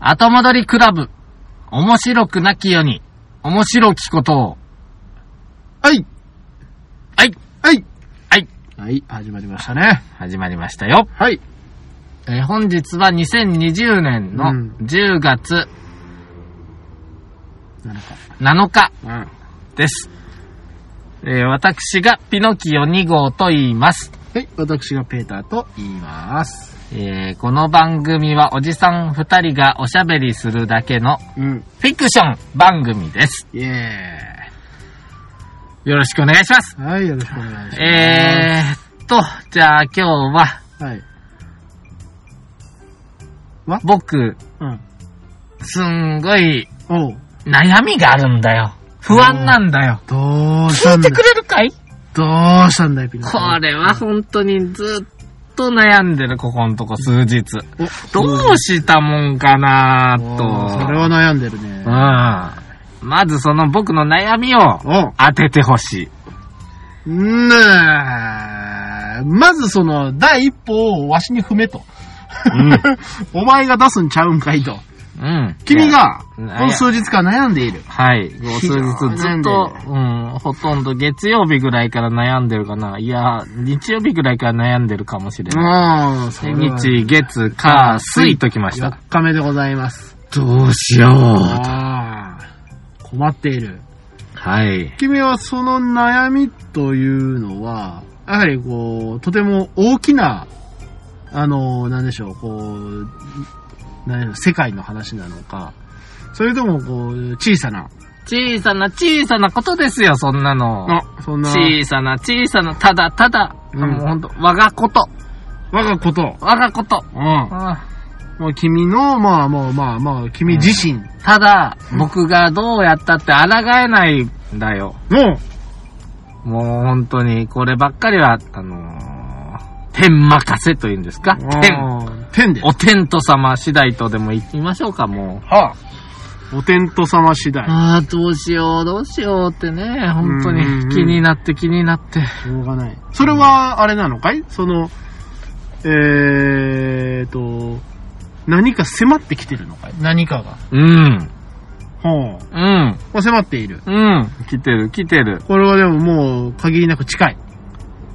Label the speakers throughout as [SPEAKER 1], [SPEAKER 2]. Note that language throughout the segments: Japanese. [SPEAKER 1] 後戻りクラブ。面白くなきように、面白きことを。
[SPEAKER 2] はい
[SPEAKER 1] はい
[SPEAKER 2] はい
[SPEAKER 1] はい
[SPEAKER 2] はい、始まりましたね。
[SPEAKER 1] 始まりましたよ。
[SPEAKER 2] はい。
[SPEAKER 1] えー本日は2020年の
[SPEAKER 2] うん
[SPEAKER 1] 10月
[SPEAKER 2] なんか、
[SPEAKER 1] 7日
[SPEAKER 2] うん。
[SPEAKER 1] です。えー私がピノキオ2号と言います。
[SPEAKER 2] はい、私がペーターと言います。
[SPEAKER 1] えーこの番組はおじさん2人がおしゃべりするだけの
[SPEAKER 2] うん。
[SPEAKER 1] フィクション番組です。
[SPEAKER 2] イェー
[SPEAKER 1] よろしくお願いします。
[SPEAKER 2] イ。はい、よろしくお願いします。
[SPEAKER 1] えーっと、じゃあ今日は
[SPEAKER 2] はい。
[SPEAKER 1] 僕、
[SPEAKER 2] うん。
[SPEAKER 1] すんごい
[SPEAKER 2] おう。
[SPEAKER 1] 悩みがあるんだよ。不安なんだよ。
[SPEAKER 2] どうし
[SPEAKER 1] 聞
[SPEAKER 2] た
[SPEAKER 1] い
[SPEAKER 2] ん
[SPEAKER 1] て
[SPEAKER 2] だ
[SPEAKER 1] くれるかい
[SPEAKER 2] どうしたんだよ、ピノ
[SPEAKER 1] これは本当にずっと悩んでる、ここのとこ数日。どう
[SPEAKER 2] し
[SPEAKER 1] したもんかな
[SPEAKER 2] たと。それは
[SPEAKER 1] と。
[SPEAKER 2] 悩んでるね。
[SPEAKER 1] うん。まずその僕の悩みを
[SPEAKER 2] おう。
[SPEAKER 1] 当ててほしい。
[SPEAKER 2] ねえ。まずその、第一歩をわしに踏めと。 お前が出すんちゃうんかいと。
[SPEAKER 1] うん。
[SPEAKER 2] 君が、こ
[SPEAKER 1] ね
[SPEAKER 2] の数日間悩んでいる。
[SPEAKER 1] はい。こう数日ずっと、うん、ほとんど月曜日ぐらいから悩んでるかな。いや、日曜日ぐらいから悩んでるかもしれない。
[SPEAKER 2] うん、そ
[SPEAKER 1] で
[SPEAKER 2] れは
[SPEAKER 1] 日、月、火、水ときまし
[SPEAKER 2] 4
[SPEAKER 1] た。
[SPEAKER 2] 日目でございます。
[SPEAKER 1] どうしよう。
[SPEAKER 2] ああ、困っている。
[SPEAKER 1] はい。
[SPEAKER 2] 君はその悩みというのは、やはりこう、とても大きな、あの、なんでしょう、こう、なんでしょう世界の話なのか、それともこう、小さな、
[SPEAKER 1] 小さな小さなことですよ、そんなの。
[SPEAKER 2] あ、そんな、
[SPEAKER 1] 小さな小さな、ただただ、
[SPEAKER 2] うん
[SPEAKER 1] もうほんと、我がこと、
[SPEAKER 2] 我がこと、
[SPEAKER 1] 我がこと。
[SPEAKER 2] うん、もう君の、まあまあまあまあ、君自身
[SPEAKER 1] ただ、僕がどうやったって抗えないんだよ。
[SPEAKER 2] の、
[SPEAKER 1] もう本当に、こればっかりは、あのー、天任せというんですか天。
[SPEAKER 2] うん天で。
[SPEAKER 1] お天と様次第とでも言いましょうか、もう。
[SPEAKER 2] はあ、お天道様次第。
[SPEAKER 1] ああ、どうしよう、どうしようってね、本当
[SPEAKER 2] うんうんうん
[SPEAKER 1] に気になって気になって。
[SPEAKER 2] しょうがない。それは、あれなのかいその、えーと、何か迫ってきてるのかい何かが。
[SPEAKER 1] うん、
[SPEAKER 2] ほう。
[SPEAKER 1] うん、
[SPEAKER 2] まあ迫っている。
[SPEAKER 1] うん。来てる、来てる。
[SPEAKER 2] これはでももう、限りなく近い。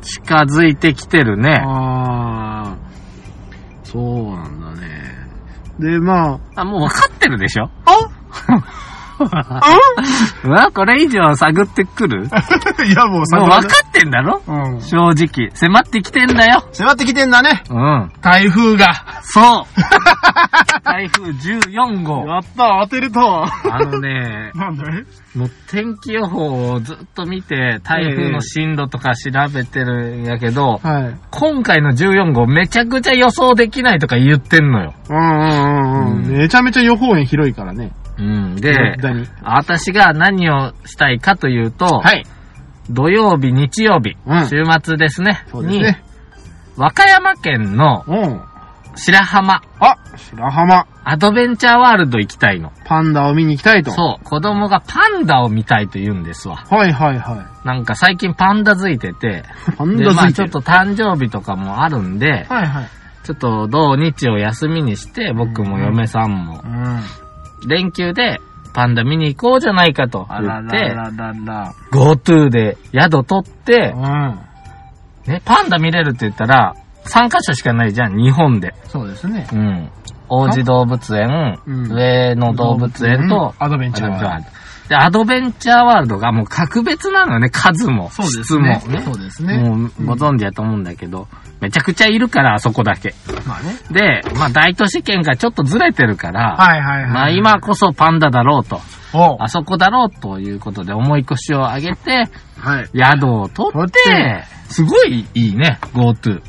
[SPEAKER 1] 近づいてきてるね。
[SPEAKER 2] ああ、そうなんだね。で、まあ、
[SPEAKER 1] あ、もう分かってるでしょ
[SPEAKER 2] あ
[SPEAKER 1] うわ、これ以上探ってく る
[SPEAKER 2] あ いや、もう
[SPEAKER 1] もう
[SPEAKER 2] わ
[SPEAKER 1] 分かってんだろ
[SPEAKER 2] うん。
[SPEAKER 1] 正直。迫ってきてんだよ。
[SPEAKER 2] 迫ってきてんだね。
[SPEAKER 1] うん。
[SPEAKER 2] 台風が。
[SPEAKER 1] そう。台風14号。
[SPEAKER 2] やった、当てると。
[SPEAKER 1] あのね、
[SPEAKER 2] なんだね。
[SPEAKER 1] もう天気予報をずっと見て、台風の進路とか調べてるんやけど、
[SPEAKER 2] はい。
[SPEAKER 1] 今回の14号めちゃくちゃ予想できないとか言ってんのよ。
[SPEAKER 2] うんうんうんうん。
[SPEAKER 1] うん
[SPEAKER 2] めちゃめちゃ予報円広いからね。
[SPEAKER 1] うん。で、
[SPEAKER 2] だに。
[SPEAKER 1] 私が何をしたいかというと、
[SPEAKER 2] はい。
[SPEAKER 1] 土曜日、日曜日、
[SPEAKER 2] うん
[SPEAKER 1] 週末ですね、
[SPEAKER 2] そうですね。
[SPEAKER 1] に、和歌山県の
[SPEAKER 2] うん。
[SPEAKER 1] 白浜、
[SPEAKER 2] あ、白浜、
[SPEAKER 1] アドベンチャーワールド行きたいの。
[SPEAKER 2] パンダを見に行きたいと。
[SPEAKER 1] そう、子供がパンダを見たいと言うんですわ。
[SPEAKER 2] はいはいは
[SPEAKER 1] なんか最近パンダづいてて、
[SPEAKER 2] い。パン
[SPEAKER 1] で、
[SPEAKER 2] ダ
[SPEAKER 1] ま
[SPEAKER 2] 好
[SPEAKER 1] あ
[SPEAKER 2] い
[SPEAKER 1] ち
[SPEAKER 2] て
[SPEAKER 1] ょっ
[SPEAKER 2] る。
[SPEAKER 1] と誕生日とかもあるんで、
[SPEAKER 2] はいはい。
[SPEAKER 1] ちょっと土日を休みにして、僕も嫁さんも
[SPEAKER 2] う、ん。
[SPEAKER 1] 連休でパンダ見に行こうじゃないかと
[SPEAKER 2] あ
[SPEAKER 1] 言
[SPEAKER 2] ら
[SPEAKER 1] っ
[SPEAKER 2] ら
[SPEAKER 1] て、
[SPEAKER 2] ららら
[SPEAKER 1] GoTo で宿取って、
[SPEAKER 2] ら。
[SPEAKER 1] ね、パンダ見れるって言ったら、3カ所しかないじゃん、日本で。
[SPEAKER 2] うん。そうですね。
[SPEAKER 1] うん。王子動物園、
[SPEAKER 2] うん
[SPEAKER 1] 上野動物園と、
[SPEAKER 2] アドベン
[SPEAKER 1] ア
[SPEAKER 2] チ
[SPEAKER 1] ド
[SPEAKER 2] ャ
[SPEAKER 1] ベンチャーワー
[SPEAKER 2] ー。
[SPEAKER 1] ルド。で、アドベンチャーワールドがもう格別なのよね、数も、
[SPEAKER 2] そうで
[SPEAKER 1] 質
[SPEAKER 2] す
[SPEAKER 1] も
[SPEAKER 2] ね。
[SPEAKER 1] ね。
[SPEAKER 2] そうですね。
[SPEAKER 1] もうご存知やと思うんだけど、めちゃくちゃいるから、あそこだけ。
[SPEAKER 2] まあね。
[SPEAKER 1] で、まあ大都市圏がちょっとずれてるから、
[SPEAKER 2] はいはいはい。
[SPEAKER 1] まあ今こそパンダだろうと、
[SPEAKER 2] おう。
[SPEAKER 1] あそこだろうということで思い越しを上げて、
[SPEAKER 2] はい。
[SPEAKER 1] 宿を取
[SPEAKER 2] 取
[SPEAKER 1] っ
[SPEAKER 2] ってて、
[SPEAKER 1] すごいいいね、GoTo。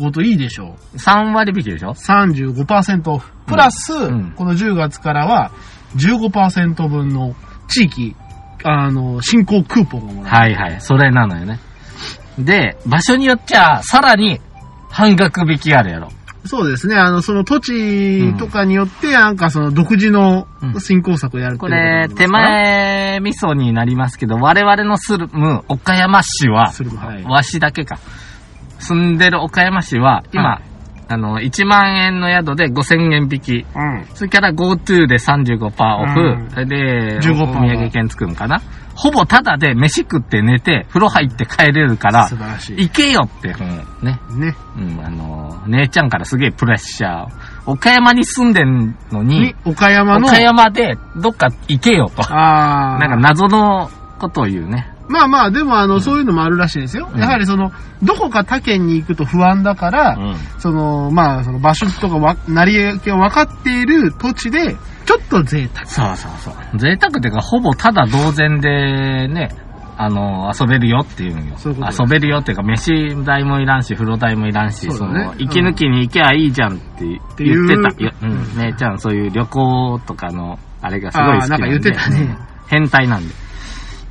[SPEAKER 2] ごといいでしょう。
[SPEAKER 1] 3割引きでしょ
[SPEAKER 2] 35%オフ。プラス、
[SPEAKER 1] うん
[SPEAKER 2] この10月からは、15%分の地域、あの、振興クーポンがもらえる。
[SPEAKER 1] はいはい、それなのよね。で、場所によっちゃ、さらに半額引きあるやろ。
[SPEAKER 2] そうですね。あの、その土地とかによって、なんかその独自の
[SPEAKER 1] うん
[SPEAKER 2] 振興策をやるってい
[SPEAKER 1] こ
[SPEAKER 2] うとにな
[SPEAKER 1] れ
[SPEAKER 2] りま、す
[SPEAKER 1] 手
[SPEAKER 2] から。
[SPEAKER 1] 前味噌になりますけど、我々の住む岡山市は、
[SPEAKER 2] するはい。
[SPEAKER 1] わしだけか。住んでる岡山市は、今、
[SPEAKER 2] は
[SPEAKER 1] あの、1万円の宿で5000円引き。
[SPEAKER 2] うん。
[SPEAKER 1] それから GoTo で35%オフ。
[SPEAKER 2] うん
[SPEAKER 1] それで、
[SPEAKER 2] 15%
[SPEAKER 1] お土産券つくんかな。ほぼタダで飯食って寝て、風呂入って帰れるから
[SPEAKER 2] 素晴、らしい。
[SPEAKER 1] 行けよって、うんね。
[SPEAKER 2] ね。
[SPEAKER 1] うん、あの、姉ちゃんからすげえプレッシャー。岡山に住んでんのに
[SPEAKER 2] に、、岡山の、
[SPEAKER 1] 岡山でどっか行けよと。
[SPEAKER 2] ああ。
[SPEAKER 1] なんか謎のことを言うね。
[SPEAKER 2] まあまあ、でもあの、そういうのもあるらしいですよ。
[SPEAKER 1] うん
[SPEAKER 2] やはりその、どこか他県に行くと不安だから、その、まあ、その場所とかわ、成り行きが分かっている土地で、ちょっと贅沢。
[SPEAKER 1] そうそうそう。贅沢っていうか、ほぼただ同然でね、あの、遊べるよっていうんよ。
[SPEAKER 2] そういうことです
[SPEAKER 1] 遊べるよっていうか、飯代もいらんし、風呂代もいらんし、
[SPEAKER 2] そうだね
[SPEAKER 1] の、息抜きに行けばいいじゃんって言って
[SPEAKER 2] って
[SPEAKER 1] た。
[SPEAKER 2] いう
[SPEAKER 1] ようん、姉ちゃん、そういう旅行とかの、あれがすごい好き
[SPEAKER 2] あーなんか言ってたね。
[SPEAKER 1] 変態なんで。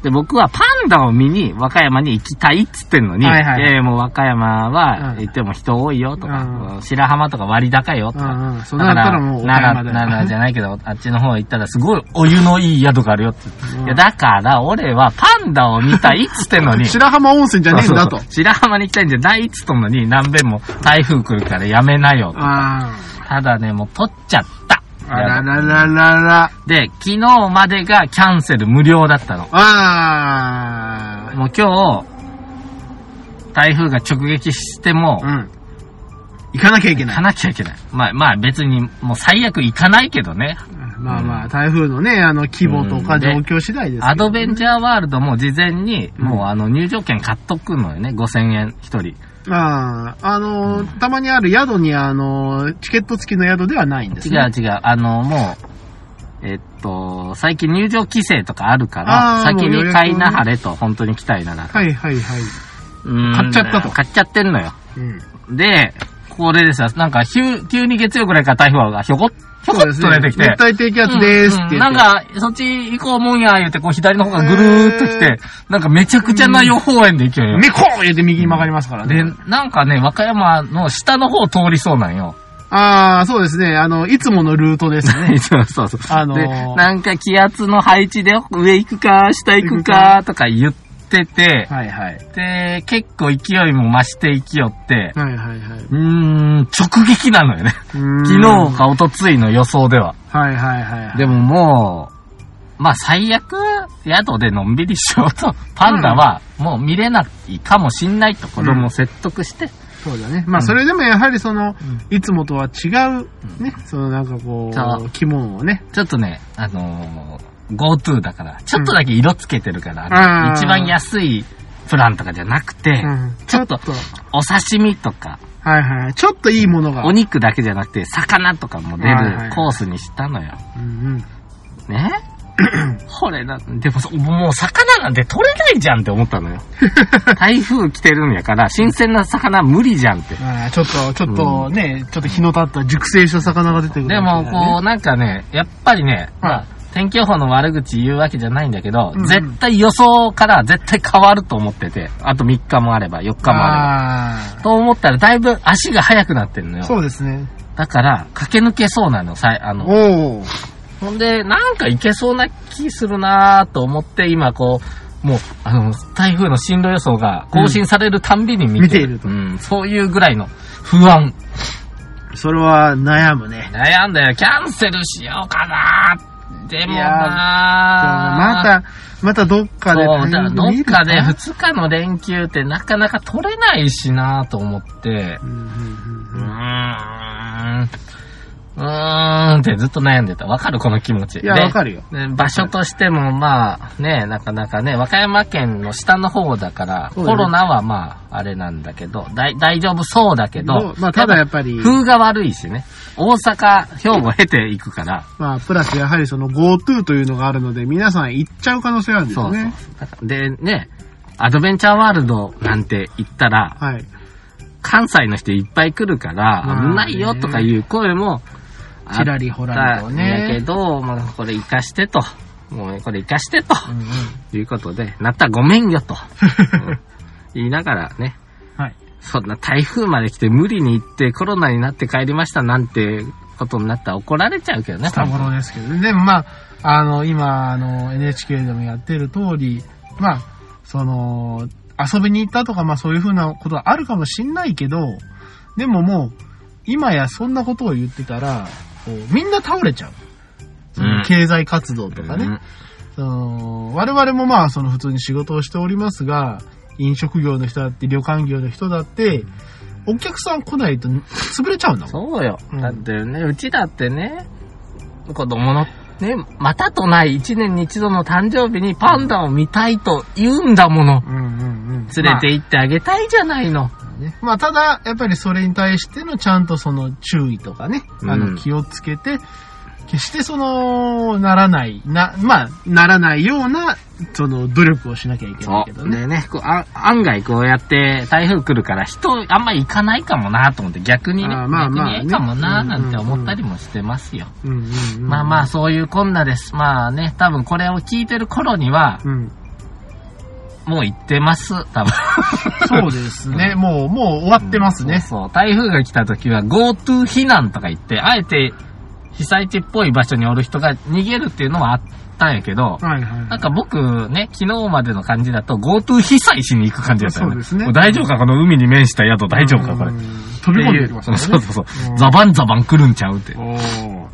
[SPEAKER 1] で、僕はパンダを見に和歌山に行きたいっつってんのに、
[SPEAKER 2] はいはい
[SPEAKER 1] いやいやもう和歌山は
[SPEAKER 2] うん
[SPEAKER 1] 行っても人多いよとか、
[SPEAKER 2] うん
[SPEAKER 1] 白浜とか割高よと
[SPEAKER 2] う
[SPEAKER 1] か、
[SPEAKER 2] んうん。そう
[SPEAKER 1] だか
[SPEAKER 2] なった
[SPEAKER 1] ら、
[SPEAKER 2] らもう岡山だよ。
[SPEAKER 1] 奈良じゃないけど、あっちの方行ったらすごいお湯のいい宿があるよって。いや、だから俺はパンダを見たいっつってん のに。
[SPEAKER 2] 白浜温泉じゃねえんだ
[SPEAKER 1] そ
[SPEAKER 2] と。
[SPEAKER 1] うそうそう白浜に行きたいんじゃないっつっとんのに、何べんも台風来るからやめなよ。
[SPEAKER 2] あ
[SPEAKER 1] ただね、もう取っちゃった。
[SPEAKER 2] あ。あららららら。
[SPEAKER 1] で、昨日までがキャンセル無料だったの。
[SPEAKER 2] あ
[SPEAKER 1] もう今日、台風が直撃しても
[SPEAKER 2] あ。う、ん。行かなきゃいけ
[SPEAKER 1] 行
[SPEAKER 2] ない
[SPEAKER 1] か。なきゃいけない。まあまあ別に、もう最悪行かないけどね。
[SPEAKER 2] まあまあ、台風のね、あの、規模とか状況次第ですけど
[SPEAKER 1] アドベンチャーワールドも事前に、もうあの入場券買っとくのよね、5000円一人。
[SPEAKER 2] ああ、あのー、たまにある宿に、あのー、チケット付きの宿ではないんです
[SPEAKER 1] 違
[SPEAKER 2] ね。
[SPEAKER 1] う違う、あのもう、えっと、最近入場規制とかあるから、
[SPEAKER 2] あー
[SPEAKER 1] 先
[SPEAKER 2] もう
[SPEAKER 1] に
[SPEAKER 2] 予約
[SPEAKER 1] 買いなはれと、本当に来たいなら。
[SPEAKER 2] はいはいはい。買
[SPEAKER 1] 買
[SPEAKER 2] っちゃったと
[SPEAKER 1] 買っちゃってんのよ。
[SPEAKER 2] うん。
[SPEAKER 1] で、これでさ、なんか急、急に月曜ぐらいから台風がひょこっ、ひょこっと出てきて。
[SPEAKER 2] 熱帯低気圧でーすって言って。
[SPEAKER 1] うんなんか、そっち行こうもんや、言うて、こう左の方がぐるーっと来
[SPEAKER 2] へ
[SPEAKER 1] て、なんかめちゃくちゃな予報円で行けよ。
[SPEAKER 2] めこー言って右に曲がりますから
[SPEAKER 1] で
[SPEAKER 2] ね。、
[SPEAKER 1] なんかね、和歌山の下の方通りそうなんよ。
[SPEAKER 2] ああ、そうですね。あの、いつものルートです ね。
[SPEAKER 1] そうそうそう。
[SPEAKER 2] あのー
[SPEAKER 1] で、なんか気圧の配置で上行くか、下行くか、とか言ってて、
[SPEAKER 2] はいはい。
[SPEAKER 1] で、結構勢いも増していきよって、
[SPEAKER 2] はいはいはい。
[SPEAKER 1] うーん、直撃なのよね。
[SPEAKER 2] 昨
[SPEAKER 1] 昨日か一昨日の予想では。
[SPEAKER 2] はいはいはい。
[SPEAKER 1] でももう、まあ最悪、宿でのんびりしようと、パンダはもう見れないかもしんないと子供を説得して、
[SPEAKER 2] そうだね。まあ、
[SPEAKER 1] うん
[SPEAKER 2] それでもやはりその、いつもとは違う、ね、そのなんかこ
[SPEAKER 1] そう
[SPEAKER 2] う、着物をね。
[SPEAKER 1] ちょっとね、あのー、GoTo だから、ちょっとだけ色つけてるから、
[SPEAKER 2] うん
[SPEAKER 1] あの一番安いプランとかじゃなくて、
[SPEAKER 2] うん
[SPEAKER 1] ちょっと、お刺身とか、
[SPEAKER 2] はいはい。ちょっといいものが。
[SPEAKER 1] お肉だけじゃなくて、魚とかも出
[SPEAKER 2] はいはい
[SPEAKER 1] るコースにしたのよ。
[SPEAKER 2] うん
[SPEAKER 1] ねこれな、でもそ、もう魚なんて取れないじゃんって思った のよ。台風来てるんやから、新鮮な魚無理じゃんって
[SPEAKER 2] うん。。あーちょっと、ちょっとね、ちょっと日の経った熟成した魚が出てくる、
[SPEAKER 1] でも、こう、なんかね、やっぱりね、まあ、天気予報の悪口言うわけじゃないんだけど、
[SPEAKER 2] うんうん
[SPEAKER 1] 絶対予想から絶対変わると思ってて、あと3日もあれば、4日もあれば。
[SPEAKER 2] あ
[SPEAKER 1] と思ったら、だいぶ足が速くなってんの
[SPEAKER 2] あ、
[SPEAKER 1] よ。
[SPEAKER 2] そうですね。
[SPEAKER 1] だから、駆け抜けそうなの、さいあの、
[SPEAKER 2] おお。
[SPEAKER 1] ほんで、なんかいけそうな気するなと思って、今こう、もう、あの、台風の進路予想が更新されるたんびに見て,、
[SPEAKER 2] うん見ていると
[SPEAKER 1] うん、そういうぐらいの不安。
[SPEAKER 2] それは悩むね。
[SPEAKER 1] 悩んだよ、キャンセルしようかなでも
[SPEAKER 2] いや
[SPEAKER 1] な
[SPEAKER 2] また、またどっかで
[SPEAKER 1] そう、だからどっかで
[SPEAKER 2] 普通。
[SPEAKER 1] 2日の連休ってなかなか取れないしなと思って、
[SPEAKER 2] うんうん
[SPEAKER 1] う
[SPEAKER 2] う
[SPEAKER 1] ー
[SPEAKER 2] んうん
[SPEAKER 1] ん、うーんってずっと悩んでた。わかるこの気持ち。
[SPEAKER 2] いや、
[SPEAKER 1] で
[SPEAKER 2] わかるよ。
[SPEAKER 1] ね場所としても、まあ、ね、なかなかね、和歌山県の下の方だから、
[SPEAKER 2] そ
[SPEAKER 1] コ
[SPEAKER 2] うだね
[SPEAKER 1] ロナはまあ、あれなんだけど、だい大丈夫そうだけど、
[SPEAKER 2] まあ、ただ
[SPEAKER 1] や
[SPEAKER 2] や
[SPEAKER 1] っ
[SPEAKER 2] っぱり
[SPEAKER 1] ぱ、風が悪いしね、大阪、兵庫経ていくから、
[SPEAKER 2] まあ、プラスやはりその GoTo というのがあるので、皆さん行っちゃう可能性あるんです
[SPEAKER 1] そうそう
[SPEAKER 2] ね。
[SPEAKER 1] だからで、ね、アドベンチャーワールドなんて言ったら、
[SPEAKER 2] はい。
[SPEAKER 1] 関西の人いっぱい来るから、
[SPEAKER 2] まあね
[SPEAKER 1] 危ないよとかいう声も、
[SPEAKER 2] ちらりほらりとね
[SPEAKER 1] あったんやけど、まあ、これ活かしてと。もう、これ活かしてと。
[SPEAKER 2] うんうん。
[SPEAKER 1] いうことで、なったらごめんよ と。うん言いながらね、
[SPEAKER 2] はい。
[SPEAKER 1] そんな台風まで来て無理に行ってコロナになって帰りましたなんてことになったら怒られちゃうけどね。
[SPEAKER 2] 下頃ですけどね。でもまあ、あの、今、あの、NHK でもやってる通り、まあ、その、遊びに行ったとか、まあそういうふうなことはあるかもしんないけど、でももう、今やそんなことを言ってたら、こうみんな倒れちゃう。その
[SPEAKER 1] うん
[SPEAKER 2] 経済活動とかね。
[SPEAKER 1] うん
[SPEAKER 2] その我々もまあ、その普通に仕事をしておりますが、飲食業の人だって、旅館業の人だって、お客さん来ないと潰れちゃうんだもん。
[SPEAKER 1] そうよ。
[SPEAKER 2] うん
[SPEAKER 1] だってね、うちだってね、子供の、ね、またとない一年に一度の誕生日にパンダを見たいと言うんだもの。
[SPEAKER 2] うんうんうん。
[SPEAKER 1] 連れて行ってあげたいじゃないの。
[SPEAKER 2] ね。まあ、ただ、やっぱりそれに対してのちゃんとその注意とかね、あ
[SPEAKER 1] うん
[SPEAKER 2] の、気をつけて、決してその、ならない、な、まあ、ならないような、その、努力をしなきゃいけないけどね。
[SPEAKER 1] でね、こうあ案外こうやって台風来るから人あんま行かないかもなと思って逆にね、
[SPEAKER 2] あーまあまあ
[SPEAKER 1] 逆にいいかもな
[SPEAKER 2] ね
[SPEAKER 1] なんて思ったりもしてますよ。
[SPEAKER 2] うんうんうん
[SPEAKER 1] まあまあそういうこんなです。まあね、多分これを聞いてる頃には
[SPEAKER 2] うん。
[SPEAKER 1] もう行ってます、多分。
[SPEAKER 2] そうですね。 もう、もう終わってますね。
[SPEAKER 1] そうそう。台風が来た時は GoTo 避難とか言って、あえて被災地っぽい場所におる人が逃げるっていうのはあったんやけど、
[SPEAKER 2] はいはい
[SPEAKER 1] なんか僕ね、昨日までの感じだと GoTo 被災しに行く感じだったよね。
[SPEAKER 2] そうですね
[SPEAKER 1] も大丈夫かこの海に面した宿大丈夫かこれ。
[SPEAKER 2] うん
[SPEAKER 1] っ
[SPEAKER 2] 飛
[SPEAKER 1] て
[SPEAKER 2] び込ん
[SPEAKER 1] い
[SPEAKER 2] で
[SPEAKER 1] う
[SPEAKER 2] きます
[SPEAKER 1] そう
[SPEAKER 2] ね。
[SPEAKER 1] そうそう
[SPEAKER 2] う。ん
[SPEAKER 1] ザバンザバン来るんちゃうって
[SPEAKER 2] おー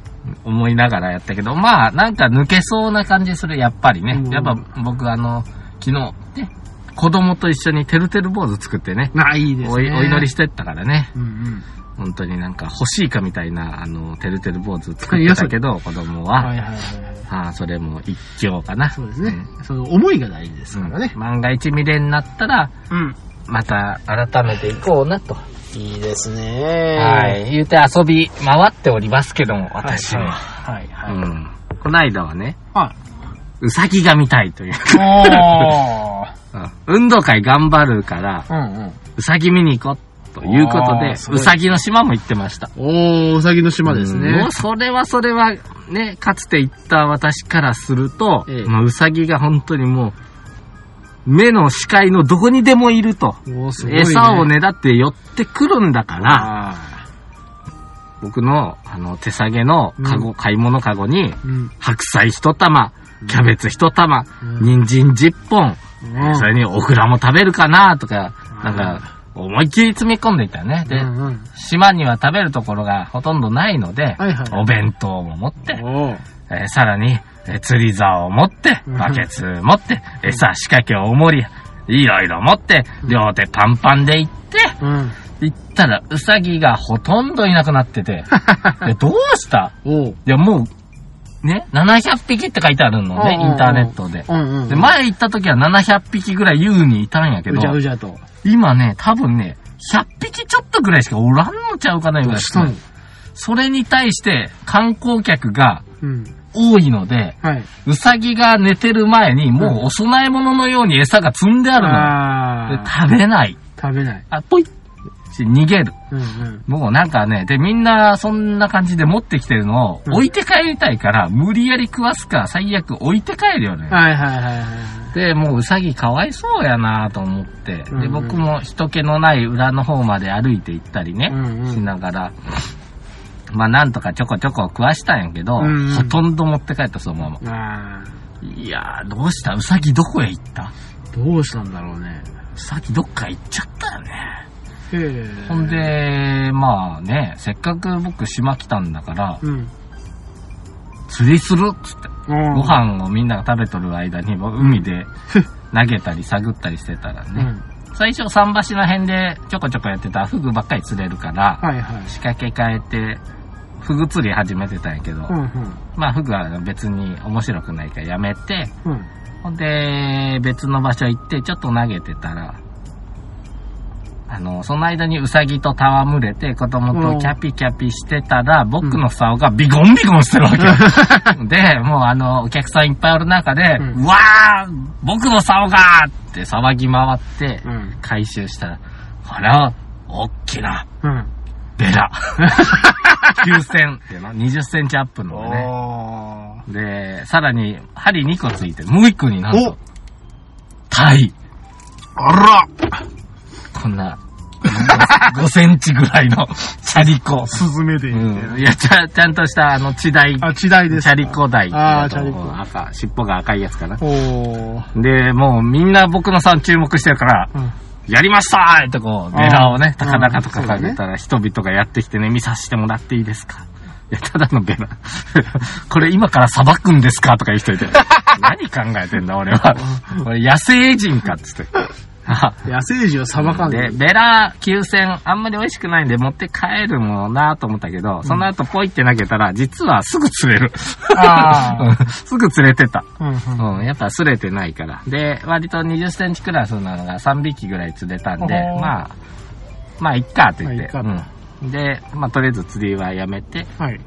[SPEAKER 1] 思いながらやったけど、まあなんか抜けそうな感じする、やっぱりね
[SPEAKER 2] う。ん
[SPEAKER 1] やっぱ僕あの、昨日ね、子供と一緒にてるてる坊主作ってね、
[SPEAKER 2] あ、いいですね。
[SPEAKER 1] おいお祈りしてったからね。
[SPEAKER 2] うんうん。
[SPEAKER 1] 本当になんか欲しいかみたいな、あの、てるてる坊主作ってたけど、子供は、
[SPEAKER 2] はいはいはいはい。
[SPEAKER 1] ああ、それも一興かな。
[SPEAKER 2] そうですね。その、思いが大事ですからね
[SPEAKER 1] う。ん万が一未練になったら、
[SPEAKER 2] うん。
[SPEAKER 1] また改めて行こうなと。
[SPEAKER 2] いいですね。
[SPEAKER 1] はい。言うて遊び回っておりますけども、私は。
[SPEAKER 2] はいはい。はい
[SPEAKER 1] うん。こないだはね、
[SPEAKER 2] はい。
[SPEAKER 1] ウサギが見たいという。
[SPEAKER 2] おー。
[SPEAKER 1] 運動会頑張るから、
[SPEAKER 2] うんうん。
[SPEAKER 1] ウサギ見に行こうということ
[SPEAKER 2] あ
[SPEAKER 1] で
[SPEAKER 2] ーす、ご
[SPEAKER 1] ウ
[SPEAKER 2] い
[SPEAKER 1] サギの島も行ってました。
[SPEAKER 2] おー、うさぎの島です
[SPEAKER 1] うんも
[SPEAKER 2] ね
[SPEAKER 1] う。それはそれは、ね、かつて行った私からすると、
[SPEAKER 2] ええ
[SPEAKER 1] もうウサギが本当にもう、目の視界のどこにでもいると。
[SPEAKER 2] おー、すごい、ね。
[SPEAKER 1] 餌をねだって寄ってくるんだから、
[SPEAKER 2] あ
[SPEAKER 1] 僕の、あの、手提げのカゴ、買い物カゴに、
[SPEAKER 2] ー。うん。
[SPEAKER 1] 白菜一玉、キャベツ一玉、
[SPEAKER 2] うん
[SPEAKER 1] 人参十本、
[SPEAKER 2] うん
[SPEAKER 1] それにオクラも食べるかなとか、
[SPEAKER 2] ん
[SPEAKER 1] なんか、思いっきり詰め込んでいったよね。で、
[SPEAKER 2] うんうん。
[SPEAKER 1] 島には食べるところがほとんどないので、
[SPEAKER 2] はいはい
[SPEAKER 1] お弁当も持って、
[SPEAKER 2] おー。
[SPEAKER 1] えーさらに、えー釣り竿を持って、
[SPEAKER 2] うん
[SPEAKER 1] バケツ持って、餌仕掛けをおもり、いろいろ持って、両手パンパンで行って、
[SPEAKER 2] うん。
[SPEAKER 1] 行ったら、ウサギがほとんどいなくなって て、でどうした
[SPEAKER 2] おー。
[SPEAKER 1] いや、もう、ね、700匹って書いてあるのね、
[SPEAKER 2] うんうんうん
[SPEAKER 1] インターネットで。
[SPEAKER 2] うんうん。
[SPEAKER 1] で、前行った時は700匹ぐらい優にいたんやけ
[SPEAKER 2] う
[SPEAKER 1] ど
[SPEAKER 2] じ、ゃうじゃと。
[SPEAKER 1] 今ね、多分ね、100匹ちょっとぐらいしかおらんのちゃうかな、ぐ
[SPEAKER 2] ど
[SPEAKER 1] ら
[SPEAKER 2] う
[SPEAKER 1] い
[SPEAKER 2] したの
[SPEAKER 1] それに対して、観光客が
[SPEAKER 2] うん。
[SPEAKER 1] 多いので、
[SPEAKER 2] はい。
[SPEAKER 1] ウサギが寝てる前に、もうお供え物のように餌が積んであるの。で
[SPEAKER 2] あ
[SPEAKER 1] 食べない。
[SPEAKER 2] ー。食べない。
[SPEAKER 1] あ、ポイッし逃げる。
[SPEAKER 2] うんうん。
[SPEAKER 1] もうなんかね、で、みんなそんな感じで持ってきてるのを
[SPEAKER 2] うん
[SPEAKER 1] 置いて帰りたいから、無理やり食わすか、最悪置いて帰るよね。
[SPEAKER 2] はいはいはいはい。
[SPEAKER 1] で、もうウサギかわいそうやなと思って、
[SPEAKER 2] うんう
[SPEAKER 1] で、
[SPEAKER 2] ん
[SPEAKER 1] 僕も人気のない裏の方まで歩いて行ったりね、
[SPEAKER 2] うんうん
[SPEAKER 1] しながら、まあなんとかちょこちょこ食わしたんやけど、
[SPEAKER 2] うんうん
[SPEAKER 1] ほとんど持って帰ったそのまま。
[SPEAKER 2] あー。
[SPEAKER 1] いやー、どうしたウサギどこへ行った
[SPEAKER 2] どうしたんだろうね。
[SPEAKER 1] ウサギどっか行っちゃったよね。
[SPEAKER 2] へー
[SPEAKER 1] ほん、で、まあね、せっかく僕島来たんだから、
[SPEAKER 2] うん。
[SPEAKER 1] 釣りするっつって、
[SPEAKER 2] ご
[SPEAKER 1] ご。飯をみんなが食べとる間に、僕海 で投げたり探ったりしてたら
[SPEAKER 2] う
[SPEAKER 1] ね、
[SPEAKER 2] ん。
[SPEAKER 1] 最初桟橋の辺でちょこちょこやってたフグばっかり釣れるから、
[SPEAKER 2] はいはい。
[SPEAKER 1] 仕掛け変えて、フグ釣り始めてたんやけど、
[SPEAKER 2] うん
[SPEAKER 1] まあフグは別に面白くないからやめて、
[SPEAKER 2] うん。うん。
[SPEAKER 1] ほんで、別の場所行って、ちょっと投げてたら、あの、その間にウサギと戯れて、子供とキャピキャピしてたら、僕の竿がビゴンビゴンしてるわけよ。 で、もうあの、お客さんいっぱいおる中で、う
[SPEAKER 2] うん
[SPEAKER 1] わー僕の竿がーって騒ぎ回って
[SPEAKER 2] う、ん。
[SPEAKER 1] 回収したら、ほら、おっきな、
[SPEAKER 2] うん。
[SPEAKER 1] ベラ。9000っていうの ?20 センチアップのね。
[SPEAKER 2] お
[SPEAKER 1] で、さらに、針2個ついて、もう1個になんと
[SPEAKER 2] お、
[SPEAKER 1] タイ。
[SPEAKER 2] あら
[SPEAKER 1] こんな、5センチぐらい のチャリコ。
[SPEAKER 2] スズメで
[SPEAKER 1] う
[SPEAKER 2] いいんだよ
[SPEAKER 1] ん。いや、ちゃ、ちゃんとした、あの、地台、チ
[SPEAKER 2] あ、地代です
[SPEAKER 1] ャ
[SPEAKER 2] か。
[SPEAKER 1] リコ台。
[SPEAKER 2] あーチャリコ
[SPEAKER 1] 赤、尻尾が赤いやつかな。
[SPEAKER 2] おー。
[SPEAKER 1] で、もうみんな僕のさん注目してるから、
[SPEAKER 2] うん。
[SPEAKER 1] いやりましたってこう、
[SPEAKER 2] あー
[SPEAKER 1] ベラをね、高々と
[SPEAKER 2] うんそうだ
[SPEAKER 1] 掲
[SPEAKER 2] ね
[SPEAKER 1] げたら、人々がやってきてね、見させてもらっていいですかいや、ただのベラ。 これ今から裁くんですかとか言う人い て。何考えてんだ俺は。俺野生人かっつって。
[SPEAKER 2] 野生児を裁かん
[SPEAKER 1] で、
[SPEAKER 2] で。
[SPEAKER 1] ベラ9000あんまり美味しくないんで持って帰るもんなと思ったけど、その後ポイって投げたら、実はすぐ釣れる。
[SPEAKER 2] あ
[SPEAKER 1] うん すぐ釣れてた。
[SPEAKER 2] うんうん
[SPEAKER 1] うん、やっぱ擦れてないから。で、割と20センチクラスなのが3匹ぐらい釣れたんで、
[SPEAKER 2] おー
[SPEAKER 1] まあ、まあ、いっかって言って。
[SPEAKER 2] まあいっか
[SPEAKER 1] うん、で、まあ、とりあえず釣りはやめて、
[SPEAKER 2] はい。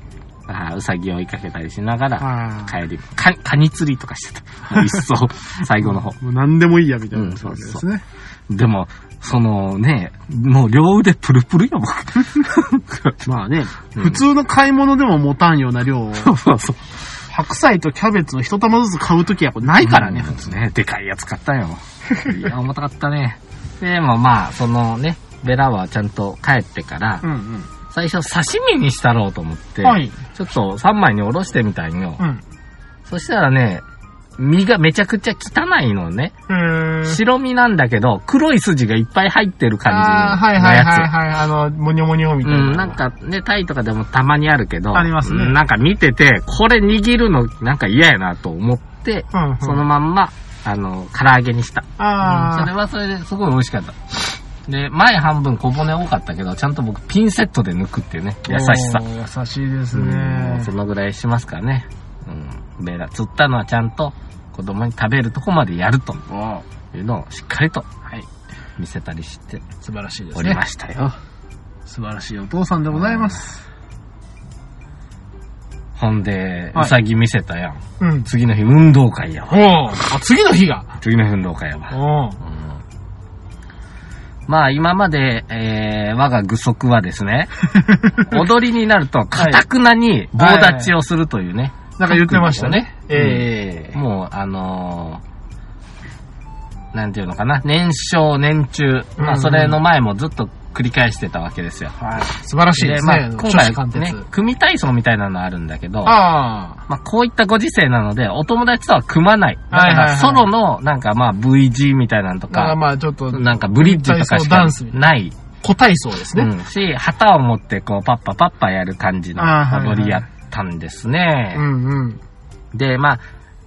[SPEAKER 1] あーうさぎを追いかけたりしながら、
[SPEAKER 2] あ
[SPEAKER 1] 帰り、カニカニ釣りとかしてた。もう一 層、最後の方。
[SPEAKER 2] あ。もう何でもいいや、みたいな
[SPEAKER 1] うん
[SPEAKER 2] そうですね。
[SPEAKER 1] でも、そのね、もう両腕プルプルよ、 僕。
[SPEAKER 2] まあね、
[SPEAKER 1] うん
[SPEAKER 2] 普通の買い物でも持たんような量を、
[SPEAKER 1] そうそうそう。
[SPEAKER 2] 白菜とキャベツを一玉ずつ買うときはこれないからね、
[SPEAKER 1] うんね、でかいやつ買ったよ。いや、重たかったね。でもまあ、そのね、ベラはちゃんと帰ってから、
[SPEAKER 2] んうん。
[SPEAKER 1] 最初刺身にしたろうと思って、
[SPEAKER 2] はい。
[SPEAKER 1] ちょっと3枚におろしてみたいの。
[SPEAKER 2] うん。
[SPEAKER 1] そしたらね、身がめちゃくちゃ汚いのね。
[SPEAKER 2] えー。
[SPEAKER 1] 白身なんだけど、黒い筋がいっぱい入ってる
[SPEAKER 2] あ
[SPEAKER 1] 感
[SPEAKER 2] ー
[SPEAKER 1] じの
[SPEAKER 2] はい
[SPEAKER 1] やつ。
[SPEAKER 2] はいはいはい。あの、もにょもにょみ
[SPEAKER 1] う
[SPEAKER 2] たいな。
[SPEAKER 1] ん、なんかね、タイとかでもたまにあるけど、
[SPEAKER 2] ありますね
[SPEAKER 1] なんか見てて、これ握るのなんか嫌やなと思って、
[SPEAKER 2] うん、うん。
[SPEAKER 1] そのまんま、あの、唐揚げにした。うんそれ
[SPEAKER 2] あ
[SPEAKER 1] はそれですごい美味しかった。で、前半分小骨多かったけど、ちゃんと僕ピンセットで抜くっていうね、
[SPEAKER 2] ー
[SPEAKER 1] 優しさ。
[SPEAKER 2] おー優しいです
[SPEAKER 1] うん
[SPEAKER 2] ね
[SPEAKER 1] そ。のぐらいしますからね。うん。ベラ、釣ったのはちゃんと子供に食べるとこまでやると
[SPEAKER 2] おー
[SPEAKER 1] いうのをしっかりと
[SPEAKER 2] はい。
[SPEAKER 1] 見せたりして
[SPEAKER 2] 素晴らしいです
[SPEAKER 1] お
[SPEAKER 2] ね。
[SPEAKER 1] りましたよ。
[SPEAKER 2] 素晴らしいお父さんでございます。
[SPEAKER 1] ほんで、
[SPEAKER 2] はいう
[SPEAKER 1] さぎ見せたやん。
[SPEAKER 2] うん。
[SPEAKER 1] 次の日運動会やわ。
[SPEAKER 2] おお。あ、次の日が。
[SPEAKER 1] 次の日運動会やわ。
[SPEAKER 2] おお。
[SPEAKER 1] うんまあ今まで、えー、我が具足はです ね、踊りになると、かたくなに棒立ちをするというね。
[SPEAKER 2] なんか言ってましたね。
[SPEAKER 1] 特技を
[SPEAKER 2] ええ
[SPEAKER 1] もう、あのーなんていうのかな、年少、年中、ま
[SPEAKER 2] う
[SPEAKER 1] あ、
[SPEAKER 2] ん
[SPEAKER 1] それの前もずっと繰り返してたわけですよ。
[SPEAKER 2] はい。素晴らしいです
[SPEAKER 1] ま
[SPEAKER 2] ね
[SPEAKER 1] あ、。今
[SPEAKER 2] 女子
[SPEAKER 1] 回
[SPEAKER 2] 貫徹。
[SPEAKER 1] ね、組体操みたいなのあるんだけど、ま
[SPEAKER 2] あ
[SPEAKER 1] あ、こういったご時世なので、お友達とは組まない。だか
[SPEAKER 2] はいはいは
[SPEAKER 1] ら、
[SPEAKER 2] い
[SPEAKER 1] ソロの、なんかまあ、VG みたいなのと
[SPEAKER 2] あ。まあ
[SPEAKER 1] か、
[SPEAKER 2] まあ、ちょっと、
[SPEAKER 1] なんかブリッジとかし
[SPEAKER 2] 体操ダ
[SPEAKER 1] か
[SPEAKER 2] ンスみたい
[SPEAKER 1] ない。
[SPEAKER 2] 個体操ですね。
[SPEAKER 1] うん、し、旗を持って、こう、パッパパッパやる感じの
[SPEAKER 2] あーはいはい
[SPEAKER 1] 踊りやったんですね。
[SPEAKER 2] うんうん。
[SPEAKER 1] で、まあ、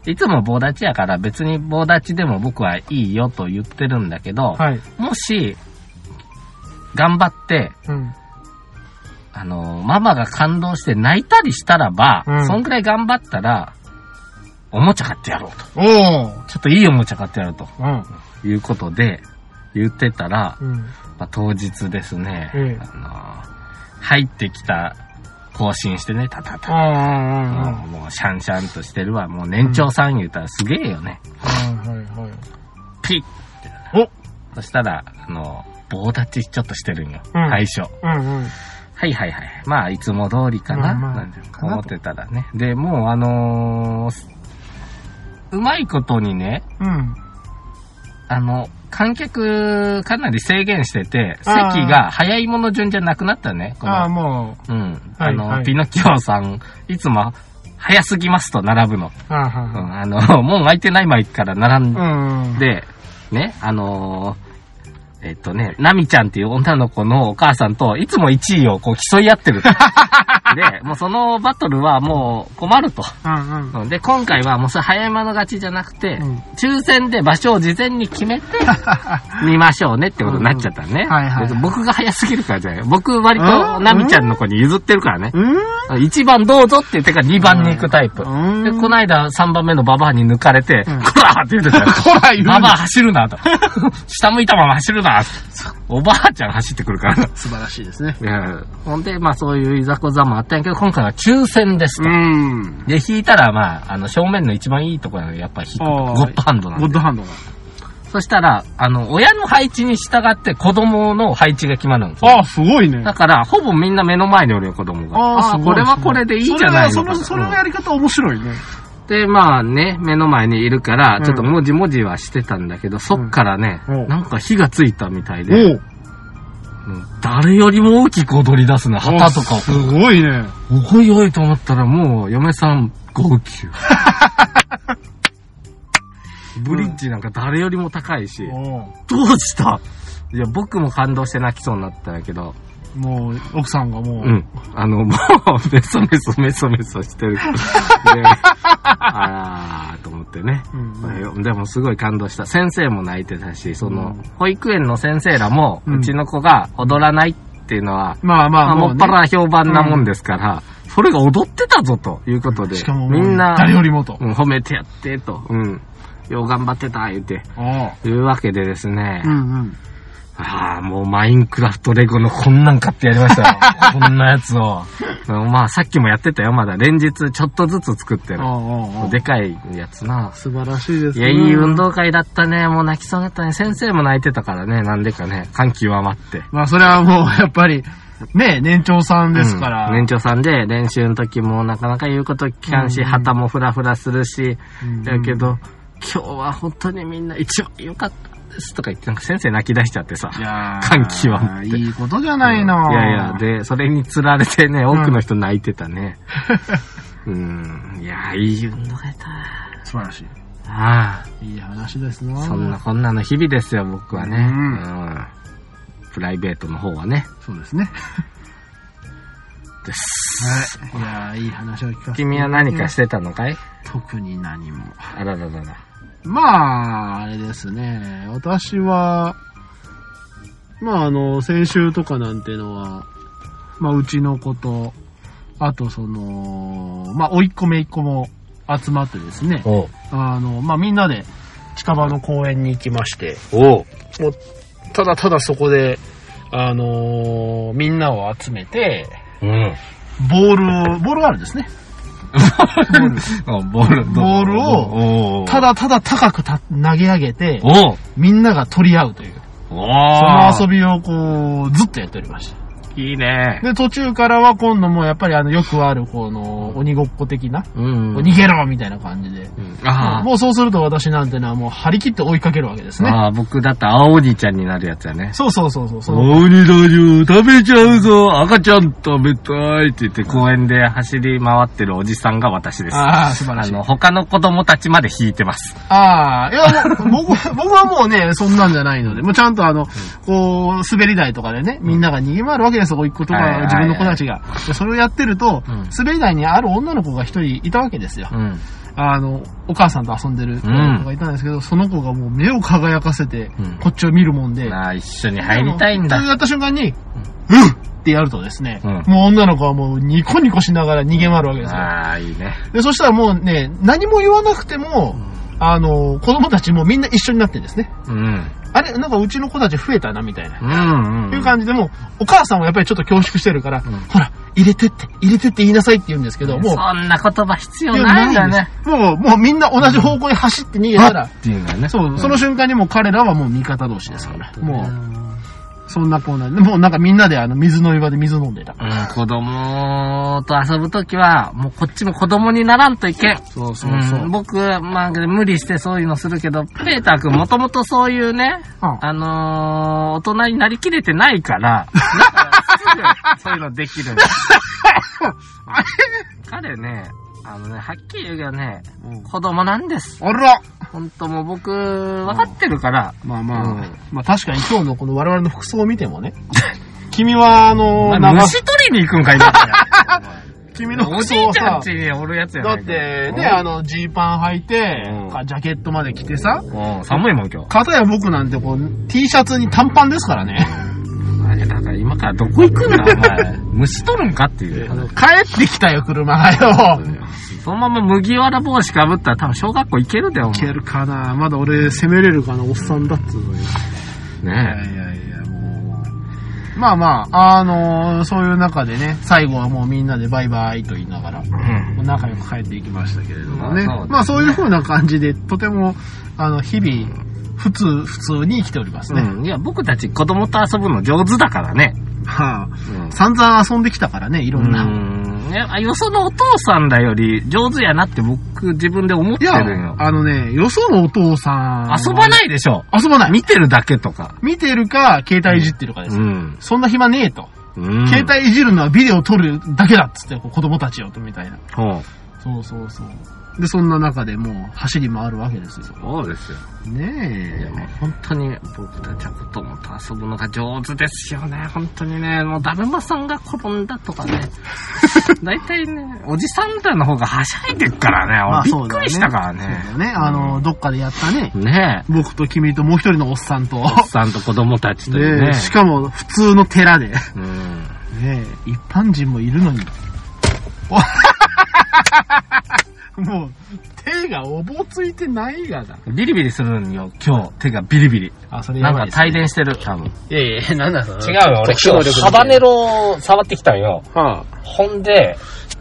[SPEAKER 1] いつも棒立ちやから別に棒立ちでも僕はいいよと言ってるんだけど、
[SPEAKER 2] はい。
[SPEAKER 1] もし、頑張って、
[SPEAKER 2] うん。
[SPEAKER 1] あの、ママが感動して泣いたりしたらば、
[SPEAKER 2] うん
[SPEAKER 1] そんくらい頑張ったら、おもちゃ買ってやろうと。
[SPEAKER 2] おお。
[SPEAKER 1] ちょっといいおもちゃ買ってやろうと
[SPEAKER 2] うん。
[SPEAKER 1] いうことで、言ってたら、
[SPEAKER 2] うん。
[SPEAKER 1] まあ、当日ですね、
[SPEAKER 2] ええ
[SPEAKER 1] あの、入ってきた、更新してね、たたた。うん
[SPEAKER 2] あ
[SPEAKER 1] もうシャンシャンとしてるわ。もう年長さん言うたらすげえよね。
[SPEAKER 2] あ、うんうん。はいはいはい。
[SPEAKER 1] ピッ
[SPEAKER 2] お
[SPEAKER 1] そしたら、あの、棒立ちちょっとしてるんよ。
[SPEAKER 2] うん
[SPEAKER 1] 最初。
[SPEAKER 2] うんうん。
[SPEAKER 1] はいはいはい。まあ、いつも通りかな。
[SPEAKER 2] まあまあ
[SPEAKER 1] なんていうの
[SPEAKER 2] か
[SPEAKER 1] か
[SPEAKER 2] なと
[SPEAKER 1] 思ってたらね。で、もうあのーうまいことにね、
[SPEAKER 2] うん。
[SPEAKER 1] あの、観客かなり制限してて、席
[SPEAKER 2] あー
[SPEAKER 1] が早いもの順じゃなくなったね。こ
[SPEAKER 2] ああ、
[SPEAKER 1] の、
[SPEAKER 2] も
[SPEAKER 1] うん。
[SPEAKER 2] はい
[SPEAKER 1] あの、
[SPEAKER 2] はい
[SPEAKER 1] ピノキオさん、いつも、早すぎますと並ぶの。
[SPEAKER 2] う。
[SPEAKER 1] う
[SPEAKER 2] ああ、は
[SPEAKER 1] ん、あの、 もう開いてない前から並ん
[SPEAKER 2] いはい。うん。、
[SPEAKER 1] で、ね、あのーえっとね、ナミちゃんっていう女の子のお母さんといつも1位をこう競い合 ってる。で、もうそのバトルはもう困ると。
[SPEAKER 2] うん うん。
[SPEAKER 1] うんで、今回はもうそれ早い者勝ちじゃなくて、
[SPEAKER 2] うん
[SPEAKER 1] 抽選で場所を事前に決めて 見ましょうねってことになっちゃったね。
[SPEAKER 2] うんはいはい
[SPEAKER 1] 別に僕が早すぎるからじゃない。僕割と
[SPEAKER 2] うん
[SPEAKER 1] ナミちゃんの子に譲ってるからね。
[SPEAKER 2] うん
[SPEAKER 1] 1番どうぞって言ってから2番に行くタイプ。
[SPEAKER 2] うん
[SPEAKER 1] で、この間3番目のババアに抜かれて、こ
[SPEAKER 2] うん
[SPEAKER 1] らーって言 ってたよ。
[SPEAKER 2] ほら言う
[SPEAKER 1] ママ
[SPEAKER 2] な
[SPEAKER 1] 走るなと。 下向いたまま走るな。おばあちゃん走ってくるから。
[SPEAKER 2] 素晴らしいですね。
[SPEAKER 1] ほんで、まあそういういざこざもあったんやけど、今回は抽選ですと。
[SPEAKER 2] ん。
[SPEAKER 1] で、引いたら、まあ、あの、正面の一番いいところがやっぱ引くと。
[SPEAKER 2] あー
[SPEAKER 1] ゴッドハンドなん
[SPEAKER 2] ゴッ
[SPEAKER 1] で。
[SPEAKER 2] ドハンドが。
[SPEAKER 1] そしたら、あの、親の配置に従って子供の配置が決まるんですよ
[SPEAKER 2] ああ、すごいね
[SPEAKER 1] だ。から、ほぼみんな目の前におるよ、子供が。ああー、これはこれでいいじゃないの
[SPEAKER 2] そ
[SPEAKER 1] か
[SPEAKER 2] れは
[SPEAKER 1] と
[SPEAKER 2] その、そのやり方面白いね。
[SPEAKER 1] で、まあね、目の前にいるから
[SPEAKER 2] う、ん
[SPEAKER 1] ちょっと文字文字はしてたんだけど、そっからね、
[SPEAKER 2] うん
[SPEAKER 1] なんか火がついたみたいで、
[SPEAKER 2] おう
[SPEAKER 1] うん誰よりも大きく踊り出すね、旗とか
[SPEAKER 2] おうすごいね。
[SPEAKER 1] を。おいおいと思ったらもう、嫁さん、号泣。 ブリッジなんか誰よりも高いし、
[SPEAKER 2] おう
[SPEAKER 1] どうしたいや、僕も感動して泣きそうになったんやけど、
[SPEAKER 2] もう、奥さんがもう、
[SPEAKER 1] うん。あの、もう、メソメソメソメソしてる。で、あらーと思ってね。
[SPEAKER 2] うんうん
[SPEAKER 1] でもすごい感動した。先生も泣いてたし、その
[SPEAKER 2] うん、
[SPEAKER 1] 保育園の先生らも、
[SPEAKER 2] うん
[SPEAKER 1] うちの子が踊らないっていうのは、
[SPEAKER 2] まあま
[SPEAKER 1] まあ、
[SPEAKER 2] あ、
[SPEAKER 1] も
[SPEAKER 2] う
[SPEAKER 1] っ
[SPEAKER 2] ね
[SPEAKER 1] ぱら評判なもんですから、それが踊ってたぞということで、
[SPEAKER 2] しかも、
[SPEAKER 1] みんな、
[SPEAKER 2] 誰よりもと。
[SPEAKER 1] うん、褒めてやってと、うん、よう頑張ってた、言うて、
[SPEAKER 2] あ
[SPEAKER 1] いうわけでですね、
[SPEAKER 2] うんうん。
[SPEAKER 1] ああ、もうマインクラフトレゴのこんなん買ってやりま したよ。こんなやつを。まあさっきもやってたよ、まだ。連日ちょっとずつ作ってる
[SPEAKER 2] あ。あああ
[SPEAKER 1] でかいやつな。
[SPEAKER 2] 素晴らしいです
[SPEAKER 1] い
[SPEAKER 2] ね。
[SPEAKER 1] や、いい運動会だったね。もう泣きそうだったね。先生も泣いてたからね、なんでかね。感極まって。
[SPEAKER 2] まあ、それはもう、やっぱり、ね、年長さんですから。
[SPEAKER 1] うん年長さんで練習の時もなかなか言うこと聞かんし、
[SPEAKER 2] うん
[SPEAKER 1] 旗もフラフラするし、
[SPEAKER 2] うん
[SPEAKER 1] だけ。ど、今日は本当にみんな一番良かったですとか言って、なんか先生泣き出しちゃってさ。
[SPEAKER 2] いやー
[SPEAKER 1] 感極まって
[SPEAKER 2] いいことじゃないの。
[SPEAKER 1] いやいや、で、それにつられてね、多くの人泣いてた ね。うん、いや、いい運動会だ。
[SPEAKER 2] 素晴らし
[SPEAKER 1] あ
[SPEAKER 2] い。いい話ですな。
[SPEAKER 1] あ、そんな。こんなの日々ですよ、僕はね。う
[SPEAKER 2] うん
[SPEAKER 1] ん。プライベートの方はね。
[SPEAKER 2] そうですね。
[SPEAKER 1] です。
[SPEAKER 2] はい。いやーいい話を聞かせて。
[SPEAKER 1] 君は何かしてたのかい
[SPEAKER 2] 特に何も。
[SPEAKER 1] あらららら。
[SPEAKER 2] まあ、あれですね。私は、まあ、あの、先週とかなんてのは、まあ、うちの子と、あと、その、まあ、甥いっ子めいっ子も集まってですね、
[SPEAKER 1] おう。
[SPEAKER 2] あの、まあ、みんなで近場の公園に行きまして、
[SPEAKER 1] おう。
[SPEAKER 2] もう、ただただそこで、あのーみんなを集めて、
[SPEAKER 1] うん。
[SPEAKER 2] ボールを、ボールがあるんですね。
[SPEAKER 1] ボール、
[SPEAKER 2] ボール
[SPEAKER 1] を、
[SPEAKER 2] ただただ高くた投げ上げて、
[SPEAKER 1] おう。
[SPEAKER 2] みんなが取り合うという。
[SPEAKER 1] お
[SPEAKER 2] その
[SPEAKER 1] お
[SPEAKER 2] 遊びをこう、ずっとやっておりました。
[SPEAKER 1] び。いいね。
[SPEAKER 2] で、途中からは今度もやっぱりあの、よくあるこの、鬼ごっこ的な、
[SPEAKER 1] うん
[SPEAKER 2] 逃げろみたいな感じで。
[SPEAKER 1] うんあ
[SPEAKER 2] もうそうすると私なんてのはもう張り切って追いかけるわけです
[SPEAKER 1] あ。
[SPEAKER 2] ね。
[SPEAKER 1] ああ、僕だったら青おじちゃんになるやつやね。
[SPEAKER 2] そうそうそうそうそう。
[SPEAKER 1] 鬼だよ、食べちゃうぞ、赤ちゃん食べたいって言って公園で走り回ってるおじさんが私です。あ
[SPEAKER 2] ああ、素晴らしい。
[SPEAKER 1] の、他の子供たちまで引いてます。
[SPEAKER 2] ああ、いや、 もう僕は、僕はもうね、そんなんじゃないので、もうちゃんとあの、こう、滑り台とかでね、みんなが逃げ回るわけですよ、甥っ子と
[SPEAKER 1] はいはい
[SPEAKER 2] か、
[SPEAKER 1] はい
[SPEAKER 2] 自分の子たちが。でそれをやってると、
[SPEAKER 1] うん
[SPEAKER 2] 滑り台にある女の子が一人いたわけですよ。
[SPEAKER 1] うん。
[SPEAKER 2] あの、お母さんと遊んでる子がいたんですけど、その子がもう目を輝かせて
[SPEAKER 1] うん、
[SPEAKER 2] こっちを見るもんで、
[SPEAKER 1] ああ、一緒に入りたいん
[SPEAKER 2] それ
[SPEAKER 1] だ。
[SPEAKER 2] やった瞬間に、うんってやるとですね、
[SPEAKER 1] うん
[SPEAKER 2] もう女の子はもうニコニコしながら逃げ回るわけですよ。
[SPEAKER 1] ああ、いいね。
[SPEAKER 2] で、そしたらもうね、何も言わなくても、あの、子供たちもみんな一緒になってですね、
[SPEAKER 1] うん。
[SPEAKER 2] あれ、なんかうちの子たち増えたな、みたいな。
[SPEAKER 1] うん、うん。
[SPEAKER 2] いう感じでもう、お母さんはやっぱりちょっと恐縮してるから、ほら、入れてって、入れてって言いなさいって言うんですけど、もう、
[SPEAKER 1] そんな言葉必要
[SPEAKER 2] いや
[SPEAKER 1] ないんだ
[SPEAKER 2] ないん
[SPEAKER 1] ね。
[SPEAKER 2] ですもう、もうみんな同じ方向に走って逃げたら、
[SPEAKER 1] っていうのはね。
[SPEAKER 2] そう、その瞬間にもう彼らはもう味方同士ですから、もう、
[SPEAKER 1] う。
[SPEAKER 2] そんなコーナーで、もうなんかみんなであの、水の岩で水飲んでた。
[SPEAKER 1] うん、子供と遊ぶときは、もうこっちも子供にならんといけん。
[SPEAKER 2] そう
[SPEAKER 1] うん僕、まあ、無理してそういうのするけど、プレーター君もともとそういうね、
[SPEAKER 2] うん
[SPEAKER 1] あのー、大人になりきれてない から、だからすぐそういうのできるんだ彼ね、あのね、はっきり言うけどね、
[SPEAKER 2] うん
[SPEAKER 1] 子供なんです。
[SPEAKER 2] あら
[SPEAKER 1] 本当もう僕、わかってるから、
[SPEAKER 2] まあまあ、
[SPEAKER 1] うん
[SPEAKER 2] まあ確かに今日のこの我々の服装を見て もね、君はあの
[SPEAKER 1] お前
[SPEAKER 2] 長
[SPEAKER 1] 虫取りに行くんかいな。
[SPEAKER 2] 君
[SPEAKER 1] お前おじいちゃん
[SPEAKER 2] だ
[SPEAKER 1] ちにおるやつやな
[SPEAKER 2] っ
[SPEAKER 1] い
[SPEAKER 2] て
[SPEAKER 1] か
[SPEAKER 2] ね、あの、ジーパン履いて
[SPEAKER 1] うん、
[SPEAKER 2] かジャケットまで着てさ、
[SPEAKER 1] うん、寒いもん今日。
[SPEAKER 2] 片や僕なんてこう、T シャツに短パンですからね。
[SPEAKER 1] あれだから今からどこ行くんだ、お前。虫取るんかっていう。
[SPEAKER 2] 帰ってきたよ、車がよ。
[SPEAKER 1] そのまま麦わら帽子かぶったら多分小学校行けるだよ、お
[SPEAKER 2] いけ
[SPEAKER 1] 前。
[SPEAKER 2] るかなまだ俺攻めれるかなおっさんだっつうのに。いや
[SPEAKER 1] ね
[SPEAKER 2] いやいや、もう。まあまあ、あのーそういう中でね、最後はもうみんなでバイバイと言いながら、
[SPEAKER 1] え。うん。
[SPEAKER 2] 仲良く帰っていきましたけれどもね。
[SPEAKER 1] まあそうですね
[SPEAKER 2] まあそういう風な感じで、とても、あの、日々、普通、普通に生きておりますね。
[SPEAKER 1] うん、いや、僕たち子供と遊ぶの上手だからね。
[SPEAKER 2] はあ、
[SPEAKER 1] うん。
[SPEAKER 2] 散々遊んできたからね、いろんな。
[SPEAKER 1] うん。いや、あよそのお父さんだより上手やなって僕自分で思っ
[SPEAKER 2] い
[SPEAKER 1] て
[SPEAKER 2] や
[SPEAKER 1] るよ、。
[SPEAKER 2] あのね、よそのお父さん。
[SPEAKER 1] 遊ばないいでしょ。
[SPEAKER 2] 遊ばない。
[SPEAKER 1] 見てるだけとか。
[SPEAKER 2] 見てるか、携帯いじってるかです。
[SPEAKER 1] ん。
[SPEAKER 2] そんな暇ねえと。
[SPEAKER 1] うん。
[SPEAKER 2] 携帯いじるのはビデオ撮るだけだっつって、こう子供たちよと、みたいな。
[SPEAKER 1] ほう。
[SPEAKER 2] そうそうそう。で、そんな中でもう走り回るわけですよ。
[SPEAKER 1] そうですよ。いや
[SPEAKER 2] ね
[SPEAKER 1] もう本当に僕たちは子供と遊ぶのが上手ですよね。本当にね、もうだるまさんが転んだとかね。大体ね、おじさんらの方がはしゃいでるからね。俺びっくりしたから
[SPEAKER 2] そうだよ
[SPEAKER 1] ね。
[SPEAKER 2] ね。あの、どっかでやったね。
[SPEAKER 1] ねえ。
[SPEAKER 2] 僕と君ともう 一人のおっさんと。
[SPEAKER 1] おっさんと子供たちというね
[SPEAKER 2] ね。しかも普通の寺で。ね
[SPEAKER 1] うん。
[SPEAKER 2] 一般人もいるのに。 おもう、手がおぼついてないがだ。
[SPEAKER 1] ビリビリするんよ、今日。手がビリビリ。
[SPEAKER 2] あ、それ
[SPEAKER 1] な
[SPEAKER 2] や
[SPEAKER 1] ん
[SPEAKER 2] ばい
[SPEAKER 1] か
[SPEAKER 2] ですね
[SPEAKER 1] 帯電してる、多分。
[SPEAKER 3] いやいや、なんだその
[SPEAKER 1] 違うよ、俺今日ハバネ。ロ触ってきたんよ。
[SPEAKER 3] は
[SPEAKER 1] ほんで、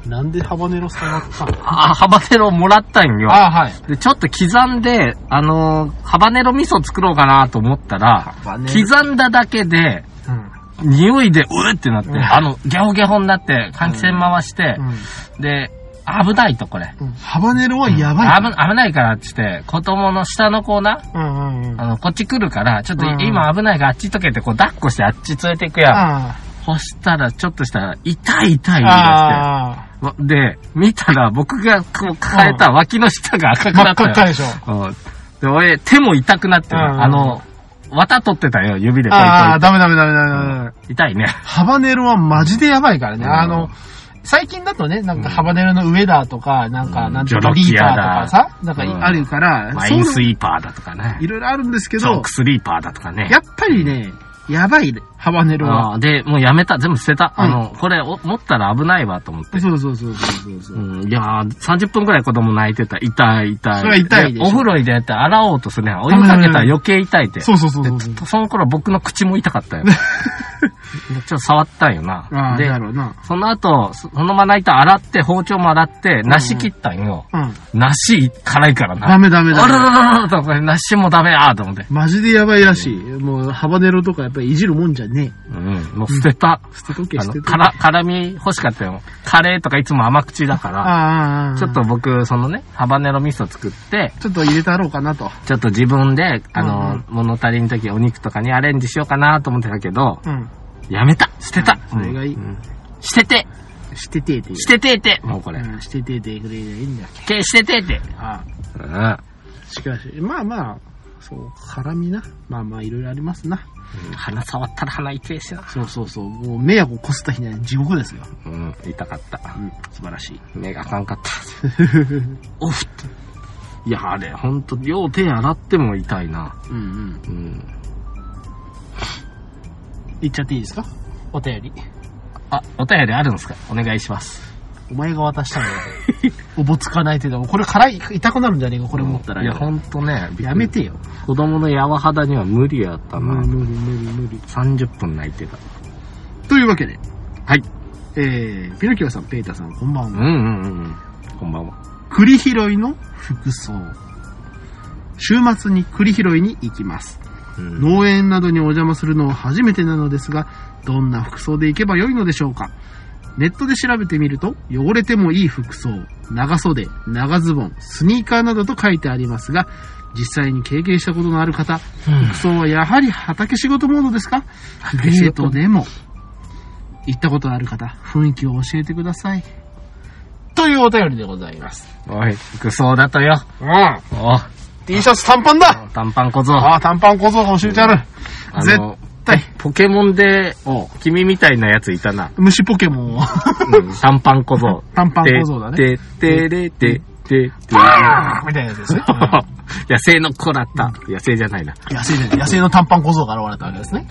[SPEAKER 2] なんでハバネロ触ったの
[SPEAKER 1] あ、ハバネロもらったんよ。
[SPEAKER 2] あ、はい。
[SPEAKER 1] で、ちょっと刻んで、あのーハバネロ味噌作ろうかなと思ったら、
[SPEAKER 2] バネロ
[SPEAKER 1] 刻んだだけで、
[SPEAKER 2] うん。
[SPEAKER 1] 匂いで、うってなって、
[SPEAKER 2] うん
[SPEAKER 1] あの、ギャホギャホになって、換気扇回して、で、危ないと、これ。
[SPEAKER 2] うん。ハバネロは
[SPEAKER 1] 危
[SPEAKER 2] やばい。
[SPEAKER 1] 危ないからってって、子供の下の子な、
[SPEAKER 2] うんうんうん。
[SPEAKER 1] あの、こっち来るから、ちょっと
[SPEAKER 2] うん
[SPEAKER 1] 今危ないからあっちとけって、こう抱っこしてあっち連れてくやん。
[SPEAKER 2] あ
[SPEAKER 1] そしたら、ちょっとしたら、痛い痛い言い出して。
[SPEAKER 2] あ
[SPEAKER 1] わで、見たら僕がこう抱えた脇の下が赤
[SPEAKER 2] ー。
[SPEAKER 1] くな
[SPEAKER 2] 真っ
[SPEAKER 1] った
[SPEAKER 2] 赤っ
[SPEAKER 1] よ。
[SPEAKER 2] かでしょ。
[SPEAKER 1] うんで、俺、手も痛くなってる。
[SPEAKER 2] うんうん
[SPEAKER 1] あの、綿取ってたよ、指でこう
[SPEAKER 2] ああ、
[SPEAKER 1] こ
[SPEAKER 2] ダメダメダメダメダメ。
[SPEAKER 1] う痛いね。
[SPEAKER 2] ハバネロはマジでやばいからね。
[SPEAKER 1] うん
[SPEAKER 2] あの、最近だとね、なんか
[SPEAKER 1] うん
[SPEAKER 2] ハバネロの上だとか、なん
[SPEAKER 1] う
[SPEAKER 2] か、
[SPEAKER 1] ん
[SPEAKER 2] なんと
[SPEAKER 1] ジョ
[SPEAKER 2] か
[SPEAKER 1] ロ
[SPEAKER 2] リ
[SPEAKER 1] キ
[SPEAKER 2] ー
[SPEAKER 1] ア
[SPEAKER 2] パーと
[SPEAKER 1] だ
[SPEAKER 2] かさ、なんか
[SPEAKER 1] うん
[SPEAKER 2] あるから、
[SPEAKER 1] ワイン
[SPEAKER 2] そう
[SPEAKER 1] スイーパーだとかね。
[SPEAKER 2] いろいろあるんですけ
[SPEAKER 1] チョー
[SPEAKER 2] ど
[SPEAKER 1] ク、スリーパーだとかね
[SPEAKER 2] や。っぱりね、やばいね、ハバネロは。
[SPEAKER 1] うんで、もうやめた。全部捨てた。あの、これお持ったら危ないわと思って。
[SPEAKER 2] そうそうそうそうそうう。
[SPEAKER 1] ん、いやー、30分くらい子供泣いてた。痛い痛い。
[SPEAKER 2] それは痛いでしょ
[SPEAKER 1] お風呂入れて洗おうとするやん。お湯かけたら余計痛いって。
[SPEAKER 2] そうそうそうそうそう。
[SPEAKER 1] でその頃僕の口も痛か ったよ。ちょっと触ったんよ
[SPEAKER 2] あ
[SPEAKER 1] な。
[SPEAKER 2] あ、
[SPEAKER 1] で
[SPEAKER 2] だ、ろうな。
[SPEAKER 1] その後、そそのまな板洗って、包丁も洗って、梨切ったんよ。
[SPEAKER 2] うん。
[SPEAKER 1] 梨辛いから
[SPEAKER 2] ダ
[SPEAKER 1] な。
[SPEAKER 2] メダメ
[SPEAKER 1] あら
[SPEAKER 2] ダ
[SPEAKER 1] ら
[SPEAKER 2] メ。
[SPEAKER 1] ららとこれ梨もダメやと思って。
[SPEAKER 2] マジでやばいらしい。もう、ハバネロとかやっぱりいじるもんじゃね
[SPEAKER 1] うん、もう捨てた。
[SPEAKER 2] え。捨てとけ、
[SPEAKER 1] あ
[SPEAKER 2] 捨
[SPEAKER 1] の
[SPEAKER 2] て、とけ。
[SPEAKER 1] 辛、辛み欲しかったよ。カレーとかいつも甘口だか
[SPEAKER 2] あ
[SPEAKER 1] ら、
[SPEAKER 2] あああ、ああ
[SPEAKER 1] ちょっと、僕、そのね、ハバネロ味噌作って、
[SPEAKER 2] ちょっと入れたろうかなと。
[SPEAKER 1] ちょっと自分で、あの、
[SPEAKER 2] うん
[SPEAKER 1] 物足りん時お肉とかにアレンジしようかなと思ってたけど、
[SPEAKER 2] うん。
[SPEAKER 1] やめた捨てた、
[SPEAKER 2] うんそれがいい
[SPEAKER 1] うん捨てて
[SPEAKER 2] しててーて。
[SPEAKER 1] 捨ててってもうこれ。
[SPEAKER 2] うんしててーてくれりゃいいんだっけ。
[SPEAKER 1] け捨ててって。
[SPEAKER 2] あ
[SPEAKER 1] うん。
[SPEAKER 2] あしかし、まあまあ、そう、絡みな。まあまあ、いろいろありますな。
[SPEAKER 1] 鼻触ったら鼻痛いしな。
[SPEAKER 2] そうそうそう。もう、迷惑をこすった日には地獄ですよ。
[SPEAKER 1] うん、痛かった。
[SPEAKER 2] うん、素晴らしい。
[SPEAKER 1] 目があかんか った。オフって。いや、あれ、ほんと、よう手洗っても痛いな。
[SPEAKER 2] うんう
[SPEAKER 1] う
[SPEAKER 2] ん。
[SPEAKER 1] ん。
[SPEAKER 2] 言っちゃっていいですかお便り。
[SPEAKER 1] あ、お便りあるんですかお願いします。
[SPEAKER 2] お前が渡したんだよ。おぼつかない程度。これ辛い、痛くなるんじゃねえか、これ持ったら
[SPEAKER 1] い
[SPEAKER 2] よ。
[SPEAKER 1] や、ほんとね、
[SPEAKER 2] やめてよ。
[SPEAKER 1] 子供の柔肌には無理やったな。
[SPEAKER 2] 無理無理無理。
[SPEAKER 1] 30分泣いてた。
[SPEAKER 2] というわけで、
[SPEAKER 1] はい。
[SPEAKER 2] えー、ピノキオさん、ペーターさん、こんばん
[SPEAKER 1] うん
[SPEAKER 2] は。
[SPEAKER 1] うんうん。こんばんは。
[SPEAKER 2] 栗拾いの服装。週末に栗拾いに行きます。
[SPEAKER 1] うん
[SPEAKER 2] 農園などにお邪魔するのは初めてなのですが、どんな服装で行けばよいのでしょうか。ネットで調べてみると、汚れてもいい服装、長袖、長ズボン、スニーカーなどと書いてありますが、実際に経験したことのある方、服装はやはり畑仕事モードですかデートでも、行ったことのある方、雰囲気を教えてください。というお便りでございます。
[SPEAKER 1] おい、服装だとよ。
[SPEAKER 2] うん。
[SPEAKER 1] お
[SPEAKER 2] T シャツ短パンだ
[SPEAKER 1] 短パン小僧。
[SPEAKER 2] ああ、短パン小僧が教えてある。
[SPEAKER 1] あ
[SPEAKER 2] 絶
[SPEAKER 1] の、
[SPEAKER 2] 対。
[SPEAKER 1] ポケモンで、
[SPEAKER 2] おう
[SPEAKER 1] 君みたいなやついたな。
[SPEAKER 2] 虫ポケモンを。
[SPEAKER 1] うん、短パン小僧。
[SPEAKER 2] 短パン小僧だね。
[SPEAKER 1] て、て、てれ、て、て、て。
[SPEAKER 2] あーみたいなやつ ですね。
[SPEAKER 1] 野生の子だった。野生じゃないな。
[SPEAKER 2] 野生じゃない野生の短パン小僧が現れたわけですね。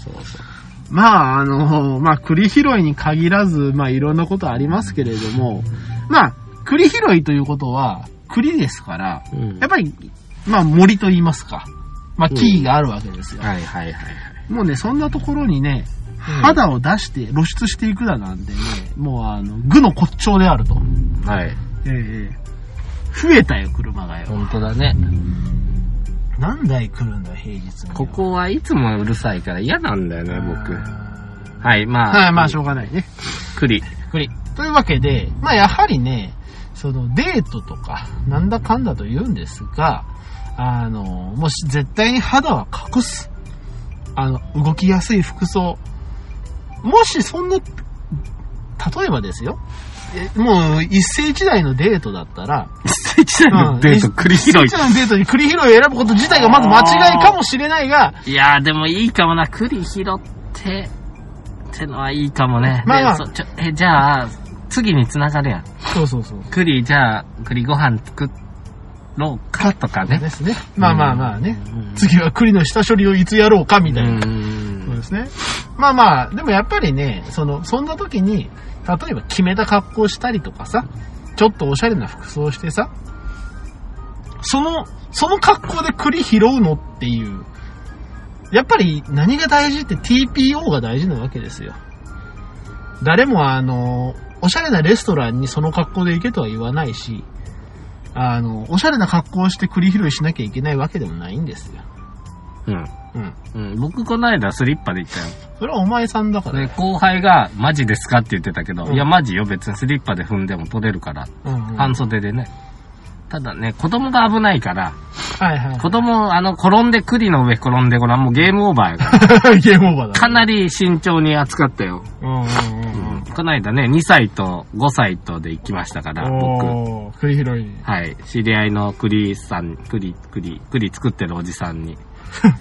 [SPEAKER 2] まあ、あの、まあ、栗拾いに限らず、まあ、いろんなことありますけれども、まあ、栗拾いということは、栗ですから、
[SPEAKER 1] うん
[SPEAKER 2] やっぱり、まあ、森と言いますか。まあ、木があるわけですよ。
[SPEAKER 1] はいはいはいはい。
[SPEAKER 2] もうね、そんなところにね、肌を出して露出していくだなんてね、もうあの、具の骨頂であると。
[SPEAKER 1] はい。
[SPEAKER 2] ええ増えたよ、車がよ。
[SPEAKER 1] 本当だね。
[SPEAKER 2] 何台来るんだよ、平日に。
[SPEAKER 1] ここはいつもうるさいから嫌なんだよね、僕。
[SPEAKER 2] は
[SPEAKER 1] はい、まあ。
[SPEAKER 2] い、まあ、しょうがないね。
[SPEAKER 1] 栗。
[SPEAKER 2] 栗。というわけで、まあ、やはりね、その、デートとか、なんだかんだと言うんですが、あの、もうし絶対に肌は隠す。あの、動きやすい服装。もしそんな、例えばですよ、えもう一世一代のデートだったら、
[SPEAKER 1] 一世一代のデート繰り
[SPEAKER 2] 一
[SPEAKER 1] 広
[SPEAKER 2] 世一代のデートに栗拾いを選ぶこと自体がまず間違いかもしれないが、
[SPEAKER 1] い。いやー、でもいいかもな。栗拾って、ってのはいいかもね。
[SPEAKER 2] まあまあ
[SPEAKER 1] でそちょえ、じゃあ、次に繋がるやん。
[SPEAKER 2] そうそうそう。
[SPEAKER 1] 栗、じゃあ、栗ご飯作ろうかとか
[SPEAKER 2] で
[SPEAKER 1] ね。
[SPEAKER 2] すね。まあまあまあね。
[SPEAKER 1] うん
[SPEAKER 2] 次は栗の下処理をいつやろうかみたいな。
[SPEAKER 1] うん
[SPEAKER 2] そうですね。まあまあ、でもやっぱりね、その、そんな時に、例えば決めた格好したりとかさ、ちょっとおしゃれな服装してさ、その、その格好で栗拾うのっていう。やっぱり何が大事って TPO が大事なわけですよ。誰もあの、おしゃれなレストランにその格好で行けとは言わないし、あの、おしゃれな格好をして栗拾いしなきゃいけないわけでもないんですよ。
[SPEAKER 1] うん。
[SPEAKER 2] うん。
[SPEAKER 1] うん、僕、この間スリッパで行ったよ。
[SPEAKER 2] それはお前さんだから。
[SPEAKER 1] で、後輩が、マジですかって言ってたけど、
[SPEAKER 2] うん
[SPEAKER 1] いや、マジよ、別にスリッパで踏んでも取れるから。
[SPEAKER 2] うんうん、
[SPEAKER 1] 半袖でね。ただね、子供が危ないから、
[SPEAKER 2] はいはい。
[SPEAKER 1] 子供、あの、転んで、栗の上転んでごらん、もうゲームオーバーやから。
[SPEAKER 2] ゲームオーバーだ。
[SPEAKER 1] かなり慎重に扱ったよ。
[SPEAKER 2] うんうんうん。
[SPEAKER 1] この間ね、2歳と5歳とで行きましたから、僕。
[SPEAKER 2] おー、栗拾い に。
[SPEAKER 1] はい。知り合いの栗さん、栗、栗、栗作ってるおじさんに。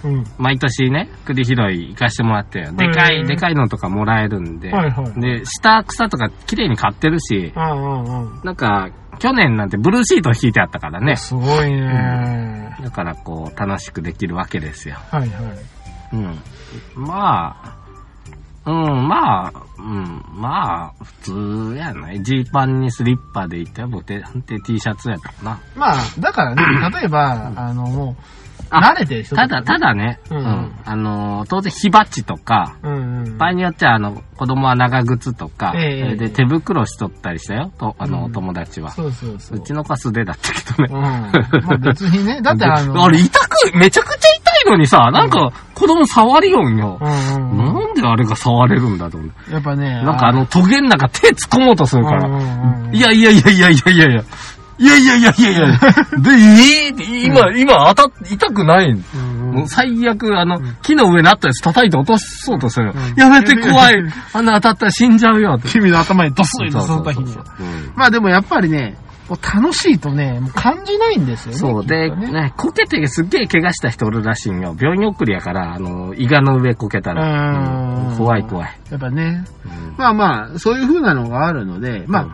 [SPEAKER 2] うん。
[SPEAKER 1] 毎年ね、栗拾い行かしてもらってよ。でか
[SPEAKER 2] へ
[SPEAKER 1] い、
[SPEAKER 2] ー
[SPEAKER 1] でかいのとかもらえるんで。
[SPEAKER 2] はいはい
[SPEAKER 1] で、下草とか綺麗に買ってるし、
[SPEAKER 2] うんうんうん。
[SPEAKER 1] なんか、去年なんてブルーシート引いてあったからね。
[SPEAKER 2] すごいね、は
[SPEAKER 1] だからこう、楽しくできるわけですよ。
[SPEAKER 2] いはい。
[SPEAKER 1] うん。まあ、うん、まあ、うん、まあ、普通やない。ジーパンにスリッパで行ったよ。僕、で安定 T シャツやったかな。
[SPEAKER 2] まあ、だからね、例えば、あの、もう、
[SPEAKER 1] あ
[SPEAKER 2] 慣れてる人
[SPEAKER 1] ただ、た
[SPEAKER 2] だ。
[SPEAKER 1] だね、
[SPEAKER 2] う
[SPEAKER 1] うんん、あのー、当然、火鉢とか、
[SPEAKER 2] うんうん。
[SPEAKER 1] 場合によっては、あの、子供は長靴とか、
[SPEAKER 2] ええ
[SPEAKER 1] それで手袋しとったりしたよ。と、あの、
[SPEAKER 2] うん
[SPEAKER 1] 友達は。
[SPEAKER 2] そうそうそうう。
[SPEAKER 1] ちの子は素手だったけどね
[SPEAKER 2] うん。。まあ別 にね、だってあの、
[SPEAKER 1] あれ、痛く、めちゃくちゃ痛いのにさ、なんか、子供触りよんよ。
[SPEAKER 2] うんうんうん。
[SPEAKER 1] なんであれが触れるんだと思って。
[SPEAKER 2] やっぱね、
[SPEAKER 1] なんかあの、トゲん中手突っ込もうとするか
[SPEAKER 2] うん
[SPEAKER 1] ら。
[SPEAKER 2] うんうん
[SPEAKER 1] いやいやいやいやいやいやいや。いやいやいやいやいや。 で、えー、今、今当たっ、痛くない。
[SPEAKER 2] うんうん
[SPEAKER 1] もう最悪、あの、木の上にあったやつ叩いて落とそうとする。
[SPEAKER 2] うん
[SPEAKER 1] やめて怖い
[SPEAKER 2] うん。
[SPEAKER 1] あんな当たったら死んじゃうよって。
[SPEAKER 2] 君の頭にドスッと
[SPEAKER 1] そう
[SPEAKER 2] 刺さった日
[SPEAKER 1] そう
[SPEAKER 2] に
[SPEAKER 1] そう
[SPEAKER 2] は。まあでもやっぱりね、こう楽しいとね、もう感じないんですよね。
[SPEAKER 1] そう
[SPEAKER 2] き
[SPEAKER 1] で、
[SPEAKER 2] っとね
[SPEAKER 1] ね、こけてすっげえ怪我した人おるらしいんよ。病院送りやから、あの、胃がの上こけた
[SPEAKER 2] う
[SPEAKER 1] ら。
[SPEAKER 2] ん
[SPEAKER 1] うん怖い怖い。
[SPEAKER 2] やっぱね、
[SPEAKER 1] うん
[SPEAKER 2] まあまあ、そういう風なのがあるので、まあ、
[SPEAKER 1] うん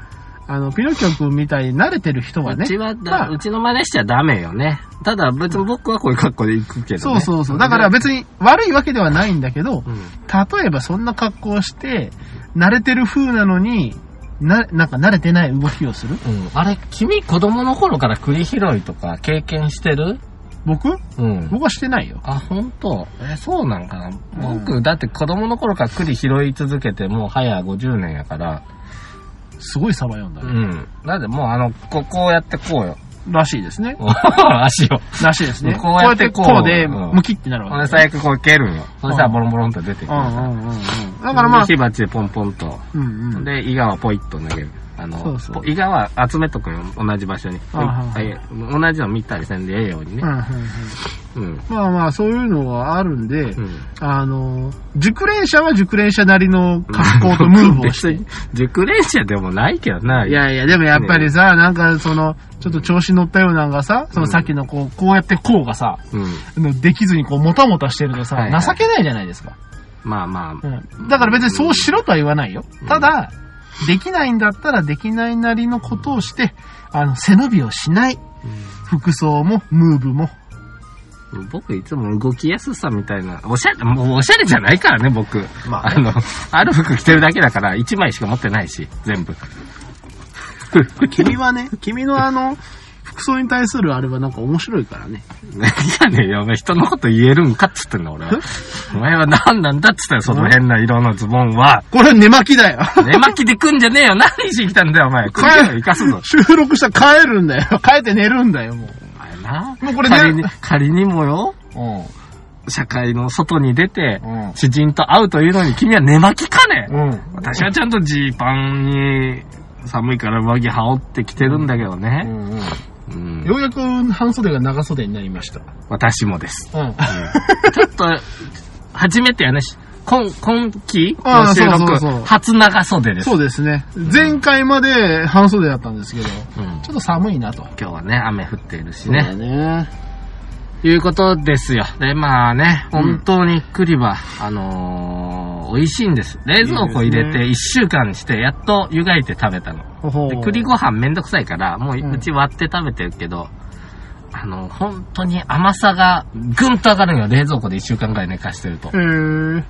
[SPEAKER 2] あの、ピノキオ君みたいに慣れてる人はね
[SPEAKER 1] うち、はだ、
[SPEAKER 2] まあ
[SPEAKER 1] うちの真似しちゃダメよね。ただ別に僕はこういう格好で行くけどね。
[SPEAKER 2] そうそうそう。だから別に悪いわけではないんだけど、
[SPEAKER 1] うん、
[SPEAKER 2] 例えばそんな格好をして、慣れてる風なのに、な、なんか慣れてない動きをする
[SPEAKER 1] うんあれ、君子供の頃から栗拾いとか経験してる
[SPEAKER 2] 僕
[SPEAKER 1] うん。
[SPEAKER 2] 僕はしてないよ。
[SPEAKER 1] あ、本当え、そうなんかな、
[SPEAKER 2] うん
[SPEAKER 1] 僕、だって子供の頃から栗拾い続けてもう早50年やから。
[SPEAKER 2] すごいサバ読んだ
[SPEAKER 1] う
[SPEAKER 2] ね。
[SPEAKER 1] ん。だってもうあの、ここうやってこう よ。
[SPEAKER 2] らしいですね。
[SPEAKER 1] 足を。
[SPEAKER 2] らしいですね。
[SPEAKER 1] こうやってこう
[SPEAKER 2] こうで、
[SPEAKER 1] うん
[SPEAKER 2] ムキってなる
[SPEAKER 1] ほんで
[SPEAKER 2] わけ。
[SPEAKER 1] 最悪こう蹴るんよ。そしたら
[SPEAKER 2] うん
[SPEAKER 1] ボロンボロンと出てくる
[SPEAKER 2] うんう
[SPEAKER 1] さ。
[SPEAKER 2] んうんうん。だからまあ、
[SPEAKER 1] 火鉢でポンポンと。
[SPEAKER 2] うんうん。
[SPEAKER 1] で、伊賀はポイッと投げる。あの、
[SPEAKER 2] そうそう
[SPEAKER 1] ポ伊賀は集めとくんよ、同じ場所に。
[SPEAKER 2] あはは
[SPEAKER 1] あいや同じの見たりせんでええように
[SPEAKER 2] うんう
[SPEAKER 1] ね。
[SPEAKER 2] んうん
[SPEAKER 1] うん。
[SPEAKER 2] まあまあ、そういうのがあるんで、
[SPEAKER 1] うん。
[SPEAKER 2] あの、熟練者は熟練者なりの格好とムーブをして
[SPEAKER 1] 別。に 熟練者でもないけどな。
[SPEAKER 2] い、やいや、でもやっぱりさ、なんかその、ちょっと調子乗ったようなのがさ、そのさっきのこう、こうやってこうがさ、
[SPEAKER 1] うん。
[SPEAKER 2] できずにこう、もたもたしてるとさ、
[SPEAKER 1] はいはい
[SPEAKER 2] 情けないじゃないですか。
[SPEAKER 1] まあまあ。
[SPEAKER 2] うん。だから別にそうしろとは言わないよ。ただ、できないんだったらできないなりのことをして、あの、背伸びをしない。服装も、ムーブも。
[SPEAKER 1] うん僕いつも動きやすさみたいな、おしゃれ、もうおしゃれじゃないからね、僕。
[SPEAKER 2] まあ
[SPEAKER 1] あの、ある服着てるだけだから、1枚しか持ってないし、全部。
[SPEAKER 2] 君は ね、君のあの、服装に対するあれはなんか面白いからね。
[SPEAKER 1] 何やねんよ、お前人のこと言えるんかっつってんの、 俺は。お前は何なんだっつったよ、その変な色のズボンは。
[SPEAKER 2] これ寝巻きだよ。
[SPEAKER 1] 寝巻きで来んじゃねえよ、何しに来たんだよ、お前。来いよ、行かすぞ。
[SPEAKER 2] 収録したら帰るんだよ。 帰って寝るんだよ、もう。
[SPEAKER 1] お前な。
[SPEAKER 2] もうこれね
[SPEAKER 1] 仮に、仮にもよ、社会の外に出て、
[SPEAKER 2] うん
[SPEAKER 1] 知人と会うというのに君は寝巻きかね、
[SPEAKER 2] うん。
[SPEAKER 1] 私はちゃんとジーパンに寒いから上着羽織ってきてるんだけどね。うん
[SPEAKER 2] ようやく半袖が長袖になりました。
[SPEAKER 1] 私もです。
[SPEAKER 2] うん。
[SPEAKER 1] ちょっと、初めてやね、し今、今期
[SPEAKER 2] あ
[SPEAKER 1] の
[SPEAKER 2] ー
[SPEAKER 1] 収録
[SPEAKER 2] そうそうそう
[SPEAKER 1] 初長袖です。
[SPEAKER 2] そうですね。前回まで半袖だったんですけど、ち
[SPEAKER 1] うん
[SPEAKER 2] ょっと寒いなと。
[SPEAKER 1] 今日はね、雨降っているし
[SPEAKER 2] そうだ
[SPEAKER 1] ね。
[SPEAKER 2] ね。
[SPEAKER 1] いうことですよ。で、まあね、
[SPEAKER 2] うん
[SPEAKER 1] 本当にクリバ、あのー美味しいんです。冷蔵庫入れ
[SPEAKER 2] い
[SPEAKER 1] て1週間して、やっと湯がいて食べたの。
[SPEAKER 2] ほほ
[SPEAKER 1] で栗ご飯めんどくさいから、もう
[SPEAKER 2] うん
[SPEAKER 1] うち割って食べてるけど、あの、本当に甘さがぐんと上がるのよ、冷蔵庫で1週間ぐらい寝かしてると
[SPEAKER 2] へ。ー。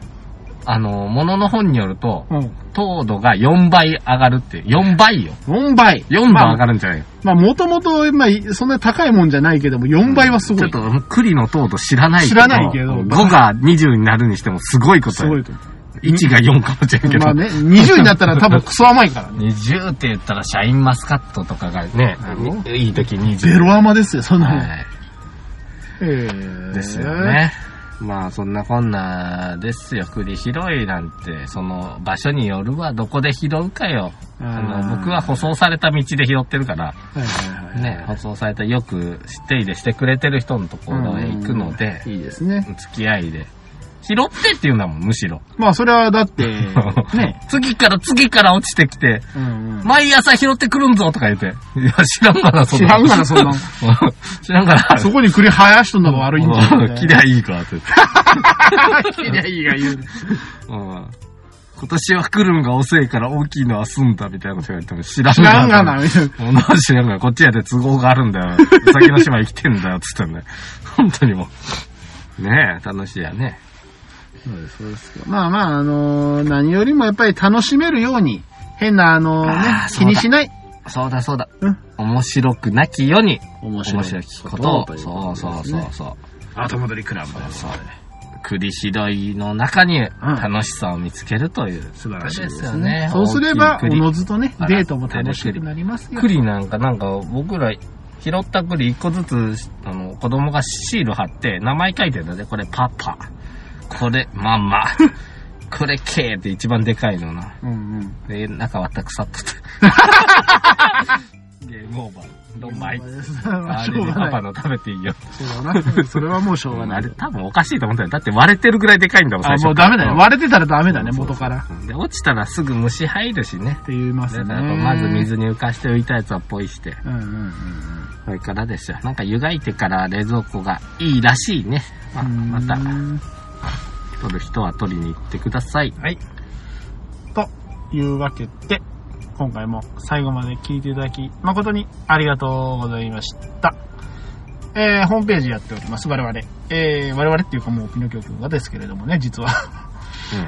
[SPEAKER 1] あの、物の本によると、
[SPEAKER 2] うん。
[SPEAKER 1] 糖度が4倍上がるって、4倍よ。
[SPEAKER 2] 4倍。
[SPEAKER 1] 4
[SPEAKER 2] ま
[SPEAKER 1] 度
[SPEAKER 2] あ
[SPEAKER 1] 上がるんじゃないよ。
[SPEAKER 2] まあ、もともと、まあ、そんなに高いもんじゃないけども、4倍はすごい。
[SPEAKER 1] ちょっと、栗の糖度知らないけど。
[SPEAKER 2] 知らないけど
[SPEAKER 1] 5が20になるにしてもすごいこと
[SPEAKER 2] すご
[SPEAKER 1] よ
[SPEAKER 2] い。と。
[SPEAKER 1] 1が4かもしれんけど。
[SPEAKER 2] まあね、20になったら多分クソ甘 いからね。
[SPEAKER 1] 20って言ったらシャインマスカットとかがね
[SPEAKER 2] なるほ、
[SPEAKER 1] いい時20。
[SPEAKER 2] ゼロ甘ですよ、そんなの。
[SPEAKER 1] はい
[SPEAKER 2] えー
[SPEAKER 1] ですよ。ね。まあそんなこんなですよ。栗拾いなんて、その場所によるはどこで拾うかよ。あの、僕は舗装された道で拾ってるから、
[SPEAKER 2] はいはいはい。
[SPEAKER 1] ね、舗装されたよく知って入れしてくれてる人のところへ行くので
[SPEAKER 2] う、んいいですね。
[SPEAKER 1] 付き合いで。拾ってっていうんだもん、むしろ。
[SPEAKER 2] まあ、それはだ って、ね。
[SPEAKER 1] 次から次から落ちてきて、
[SPEAKER 2] うんうん
[SPEAKER 1] 毎朝拾ってくるんぞとか言って。いや、知らんから、そんな。
[SPEAKER 2] 知らんがなそんな
[SPEAKER 1] 知らんから。
[SPEAKER 2] そこに栗生やしとんのが悪いんじ ゃない
[SPEAKER 1] 切りゃいいかって。
[SPEAKER 2] 切りゃいいが言う。
[SPEAKER 1] うん今年は来るんが遅いから大きいのは済んだみたいなこと言われても知らん
[SPEAKER 2] 知らんが
[SPEAKER 1] な。
[SPEAKER 2] な、みたいな。
[SPEAKER 1] もう知らんがな。こっちやで都合があるんだ よ。うさぎの島生きてんだよ、つってんだよ。本当にもう。ねえ、楽しいやね。
[SPEAKER 2] そうです、そうですけど。まあまあ、あのー何よりもやっぱり楽しめるように、変な、あのーね
[SPEAKER 1] あー、
[SPEAKER 2] 気にしない。
[SPEAKER 1] そうだそうだ。
[SPEAKER 2] うん
[SPEAKER 1] 面白くなき世に、
[SPEAKER 2] 面
[SPEAKER 1] 面白きことを。そうそうそう。そう。
[SPEAKER 2] 後戻りクラブで
[SPEAKER 1] そう栗拾いの中に楽しさを見つけるという。
[SPEAKER 2] 素晴らしいです
[SPEAKER 1] よ
[SPEAKER 2] ね
[SPEAKER 1] ね。
[SPEAKER 2] そうすれば、
[SPEAKER 1] 大きい
[SPEAKER 2] お
[SPEAKER 1] 栗
[SPEAKER 2] のずとね
[SPEAKER 1] あ、ら
[SPEAKER 2] デートも楽しくなりますよ。
[SPEAKER 1] 栗なんかなんか僕ら拾った栗一個ずつあの子供がシール貼って名前書いてるんだねこれパパこれママこれ K って一番でかいのな
[SPEAKER 2] うんうん。
[SPEAKER 1] で中割った腐っと ったゲームオーバーどん まいあ
[SPEAKER 2] あ
[SPEAKER 1] れ
[SPEAKER 2] しょう
[SPEAKER 1] で
[SPEAKER 2] が
[SPEAKER 1] パ
[SPEAKER 2] な
[SPEAKER 1] パ
[SPEAKER 2] い。
[SPEAKER 1] の食べていいよ
[SPEAKER 2] そうだな。それはもうしょうがな
[SPEAKER 1] あ
[SPEAKER 2] い
[SPEAKER 1] れ。多分おかしいと思ったよだって割れてるぐらいでかいんだもん最
[SPEAKER 2] あ、
[SPEAKER 1] 初
[SPEAKER 2] もうダメだ
[SPEAKER 1] う
[SPEAKER 2] ね。
[SPEAKER 1] ん
[SPEAKER 2] 割れてたらダメだね、元から。っ
[SPEAKER 1] で落ちたらすぐ虫入るしね
[SPEAKER 2] て言います
[SPEAKER 1] だ
[SPEAKER 2] ね。
[SPEAKER 1] からまず。水に浮かして浮いたやつはポイして
[SPEAKER 2] うんうんうんうん。
[SPEAKER 1] これからですよ。なんか湯がいてから冷蔵庫がいいらしいね。まあ、また
[SPEAKER 2] う、ん
[SPEAKER 1] 取る人は取りに行ってください。
[SPEAKER 2] はい。というわけで、今回も最後まで聞いていただき、誠にありがとうございました。えー、ホームページやっております、我々。えー、我々っていうかもうピノキオ君がですけれどもね、実は。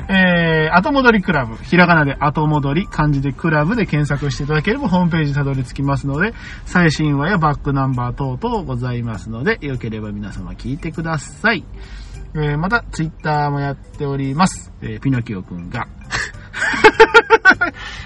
[SPEAKER 2] えー、後戻りクラブ、ひらがなで後戻り、漢字でクラブで検索していただければホームページにたどり着きますので、最新話やバックナンバー等々ございますので、よければ皆様聞いてください。えー、また、ツイッターもやっております。えー、ピノキオくん
[SPEAKER 1] う
[SPEAKER 2] が。
[SPEAKER 1] ん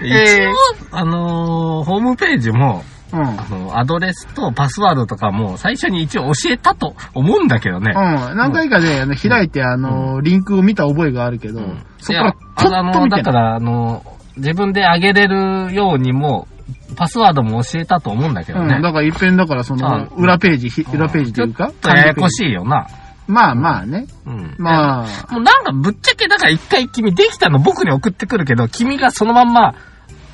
[SPEAKER 2] えー
[SPEAKER 1] 一応、あのーホームページも、
[SPEAKER 2] うん。うん。
[SPEAKER 1] あのアドレスとパスワードとかも最初に一応教えたと思うんだけどね。
[SPEAKER 2] 何回かで、あの、開いて、あの、リンクを見た覚えがあるけど、
[SPEAKER 1] うん
[SPEAKER 2] そ
[SPEAKER 1] い
[SPEAKER 2] こ
[SPEAKER 1] や
[SPEAKER 2] から、
[SPEAKER 1] あ
[SPEAKER 2] ちょっと
[SPEAKER 1] の
[SPEAKER 2] 見て
[SPEAKER 1] だか
[SPEAKER 2] ない。
[SPEAKER 1] ら、あの自分で上げれるようにも、パスワードも教えたと思うんだけどね。
[SPEAKER 2] うん、だから一遍だから、その、
[SPEAKER 1] うん
[SPEAKER 2] 裏ページ、ひ
[SPEAKER 1] うん
[SPEAKER 2] 裏ページという
[SPEAKER 1] ち
[SPEAKER 2] か、
[SPEAKER 1] ょっとややこ
[SPEAKER 2] い。
[SPEAKER 1] しいよな。
[SPEAKER 2] まあまあね。
[SPEAKER 1] うん。
[SPEAKER 2] まあ、
[SPEAKER 1] もうなんかぶっちゃけだから一回君できたの僕に送ってくるけど、君がそのまんま、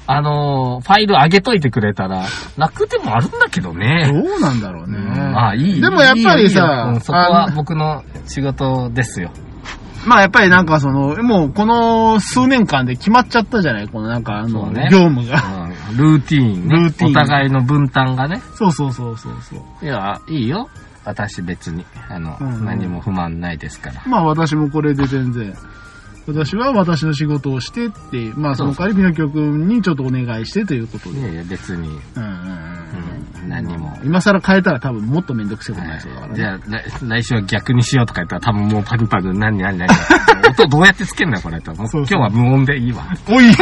[SPEAKER 1] あのーファイル上げといてくれたら、楽でもあるんだけどね。
[SPEAKER 2] どうなんだろうね。
[SPEAKER 1] まあいい。
[SPEAKER 2] でもやっぱりさ
[SPEAKER 1] いいよいいようんそこは
[SPEAKER 2] あの
[SPEAKER 1] 僕の仕事です よ。
[SPEAKER 2] まあやっぱりなんかその、もうこの数年間で決まっちゃったじゃないこのなんかあ
[SPEAKER 1] そ
[SPEAKER 2] の、
[SPEAKER 1] うね
[SPEAKER 2] 業務
[SPEAKER 1] う
[SPEAKER 2] が。
[SPEAKER 1] ん、ルーティーンね。
[SPEAKER 2] ルーティーン
[SPEAKER 1] お互いの分担がね。
[SPEAKER 2] そうそうそうそうそう。
[SPEAKER 1] いや、いいよ。私別に、あの、
[SPEAKER 2] うんうん
[SPEAKER 1] 何も不満ないですから。
[SPEAKER 2] まあ私もこれで全然。私は私の仕事をしてっていう、まあその代わりピノキオ君にちょっとお願いしてということ
[SPEAKER 1] い
[SPEAKER 2] で。
[SPEAKER 1] やいや、別に。
[SPEAKER 2] うんうん
[SPEAKER 1] うん何も
[SPEAKER 2] 今更変えたら多分もっとめんどくせえことになりそうだから
[SPEAKER 1] じ
[SPEAKER 2] ね。
[SPEAKER 1] ゃあ、来来週は逆にしようとか言ったら多分もうパルパル何何 何音どうやってつけんだよこれと。もう
[SPEAKER 2] そう
[SPEAKER 1] 今日
[SPEAKER 2] そう
[SPEAKER 1] は無音でいいわ。
[SPEAKER 2] おい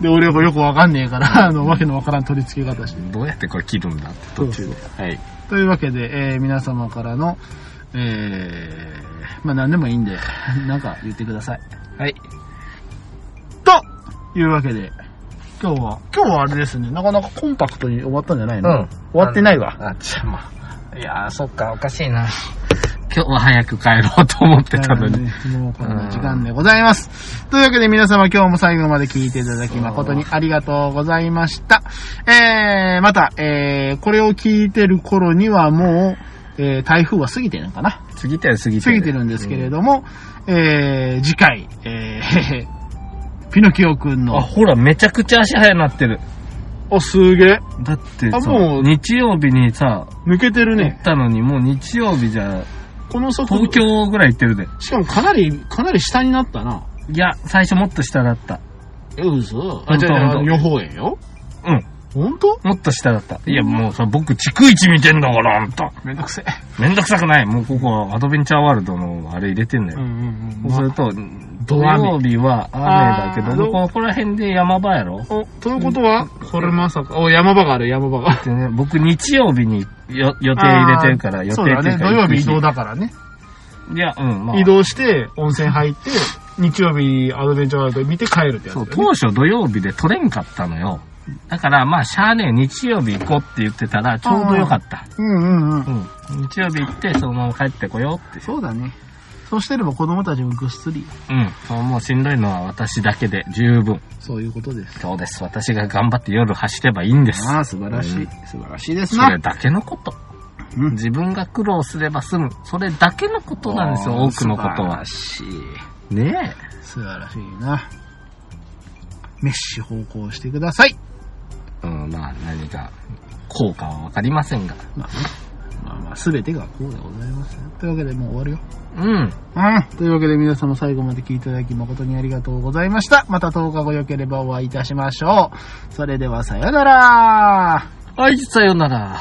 [SPEAKER 2] で、俺はよくわかんねえから、あの、わけのわからん取り付け方して。
[SPEAKER 1] どうやってこれ切るんだって途中
[SPEAKER 2] そう
[SPEAKER 1] で。はい。
[SPEAKER 2] というわけで、えー皆様からの、えー、まあ何でもいいんで、 なんか言ってください。
[SPEAKER 1] はい。
[SPEAKER 2] というわけで、今日は、今日はあれですね、なかなかコンパクトに終わったんじゃないの、
[SPEAKER 1] うん
[SPEAKER 2] 終わってないわ。
[SPEAKER 1] あ、ちゃま。いやー、そっか、おかしいな。今日は早く帰ろうと思ってたのに。
[SPEAKER 2] ね、もうこんな時間でございます。というわけで皆様今日も最後まで聞いていただき誠にありがとうございました。えー、また、えー、これを聞いてる頃にはもう、えー、台風は過ぎてるのかな
[SPEAKER 1] 過ぎてる過ぎて
[SPEAKER 2] 過
[SPEAKER 1] る。
[SPEAKER 2] ぎてるんですけれども、えー、次回、えー、 ピノキオくん
[SPEAKER 1] うんあ、
[SPEAKER 2] の、
[SPEAKER 1] ほら、めちゃくちゃ足早なってる。
[SPEAKER 2] お、すげえ、
[SPEAKER 1] だって
[SPEAKER 2] あ
[SPEAKER 1] さ、
[SPEAKER 2] もう
[SPEAKER 1] 日曜日にさ、
[SPEAKER 2] 抜けてる
[SPEAKER 1] 行
[SPEAKER 2] ね
[SPEAKER 1] っ。たのに、もう日曜日じゃ、
[SPEAKER 2] この速度
[SPEAKER 1] 東。京ぐらい行ってるで。
[SPEAKER 2] しかもかなり、かなり下になったな。
[SPEAKER 1] いや、最初もっと下だった。
[SPEAKER 2] え、嘘あ、じゃ
[SPEAKER 1] ほ
[SPEAKER 2] あ、
[SPEAKER 1] んと
[SPEAKER 2] 予報円よ。
[SPEAKER 1] うん。
[SPEAKER 2] 本当？
[SPEAKER 1] もっと下だった。いや、もうさ、僕、逐一見てんだから、あんた。
[SPEAKER 2] めんどくせえ。
[SPEAKER 1] めんどくさくない。もうここはアドベンチャーワールドのあれ入れてんだ
[SPEAKER 2] うん
[SPEAKER 1] よ。
[SPEAKER 2] うん
[SPEAKER 1] そうすると、土曜日は雨だけ
[SPEAKER 2] あー
[SPEAKER 1] ど、どここら辺で山場やろ
[SPEAKER 2] お、ということは、これまさか、お、山場がある、山場が。
[SPEAKER 1] でね、僕日曜日によ予定入れてるから、予定
[SPEAKER 2] そ
[SPEAKER 1] っ
[SPEAKER 2] う
[SPEAKER 1] てい
[SPEAKER 2] だ
[SPEAKER 1] う
[SPEAKER 2] ね。
[SPEAKER 1] か
[SPEAKER 2] 土曜日移動。だからね。
[SPEAKER 1] いや、うん、まあ。
[SPEAKER 2] 移動して、温泉入って、日曜日アドベンチャーワールド見て帰るってやつ
[SPEAKER 1] そ
[SPEAKER 2] だ
[SPEAKER 1] う、
[SPEAKER 2] よね。
[SPEAKER 1] 当初土曜日で取れんかったのよ。だから、まあ、しゃあねえ、日曜日行こうって言ってたら、ちょうどよかった。
[SPEAKER 2] うんうん
[SPEAKER 1] う。
[SPEAKER 2] うん
[SPEAKER 1] ん。日曜日行って、そのまま帰ってこようって。
[SPEAKER 2] そうだね。そうしてれば子供たちもぐっすり。
[SPEAKER 1] うん。そうもうしんどいのは私だけで十分。
[SPEAKER 2] そういうことです。
[SPEAKER 1] そうです。私が頑張って夜走ればいいんです。
[SPEAKER 2] ああ、素晴らし
[SPEAKER 1] う
[SPEAKER 2] い。素晴らしいです
[SPEAKER 1] それ
[SPEAKER 2] な。
[SPEAKER 1] だけのこと。
[SPEAKER 2] うん
[SPEAKER 1] 自分が苦労すれば済む。それだけのことなんですよ、多くのことは。
[SPEAKER 2] 素晴らしい。
[SPEAKER 1] ね
[SPEAKER 2] 素晴らしいな。メッシ方向してください。
[SPEAKER 1] え。うん、まあ、何か、効果はわかりませんが。
[SPEAKER 2] まあね。まあまあ、すべてがこうでございますね。というわけでもう終わるよ。
[SPEAKER 1] うん。
[SPEAKER 2] うん。というわけで皆様最後まで聞いていただき誠にありがとうございました。また10日後良ければお会いいたしましょう。それではさようなら。
[SPEAKER 1] はい、さようなら。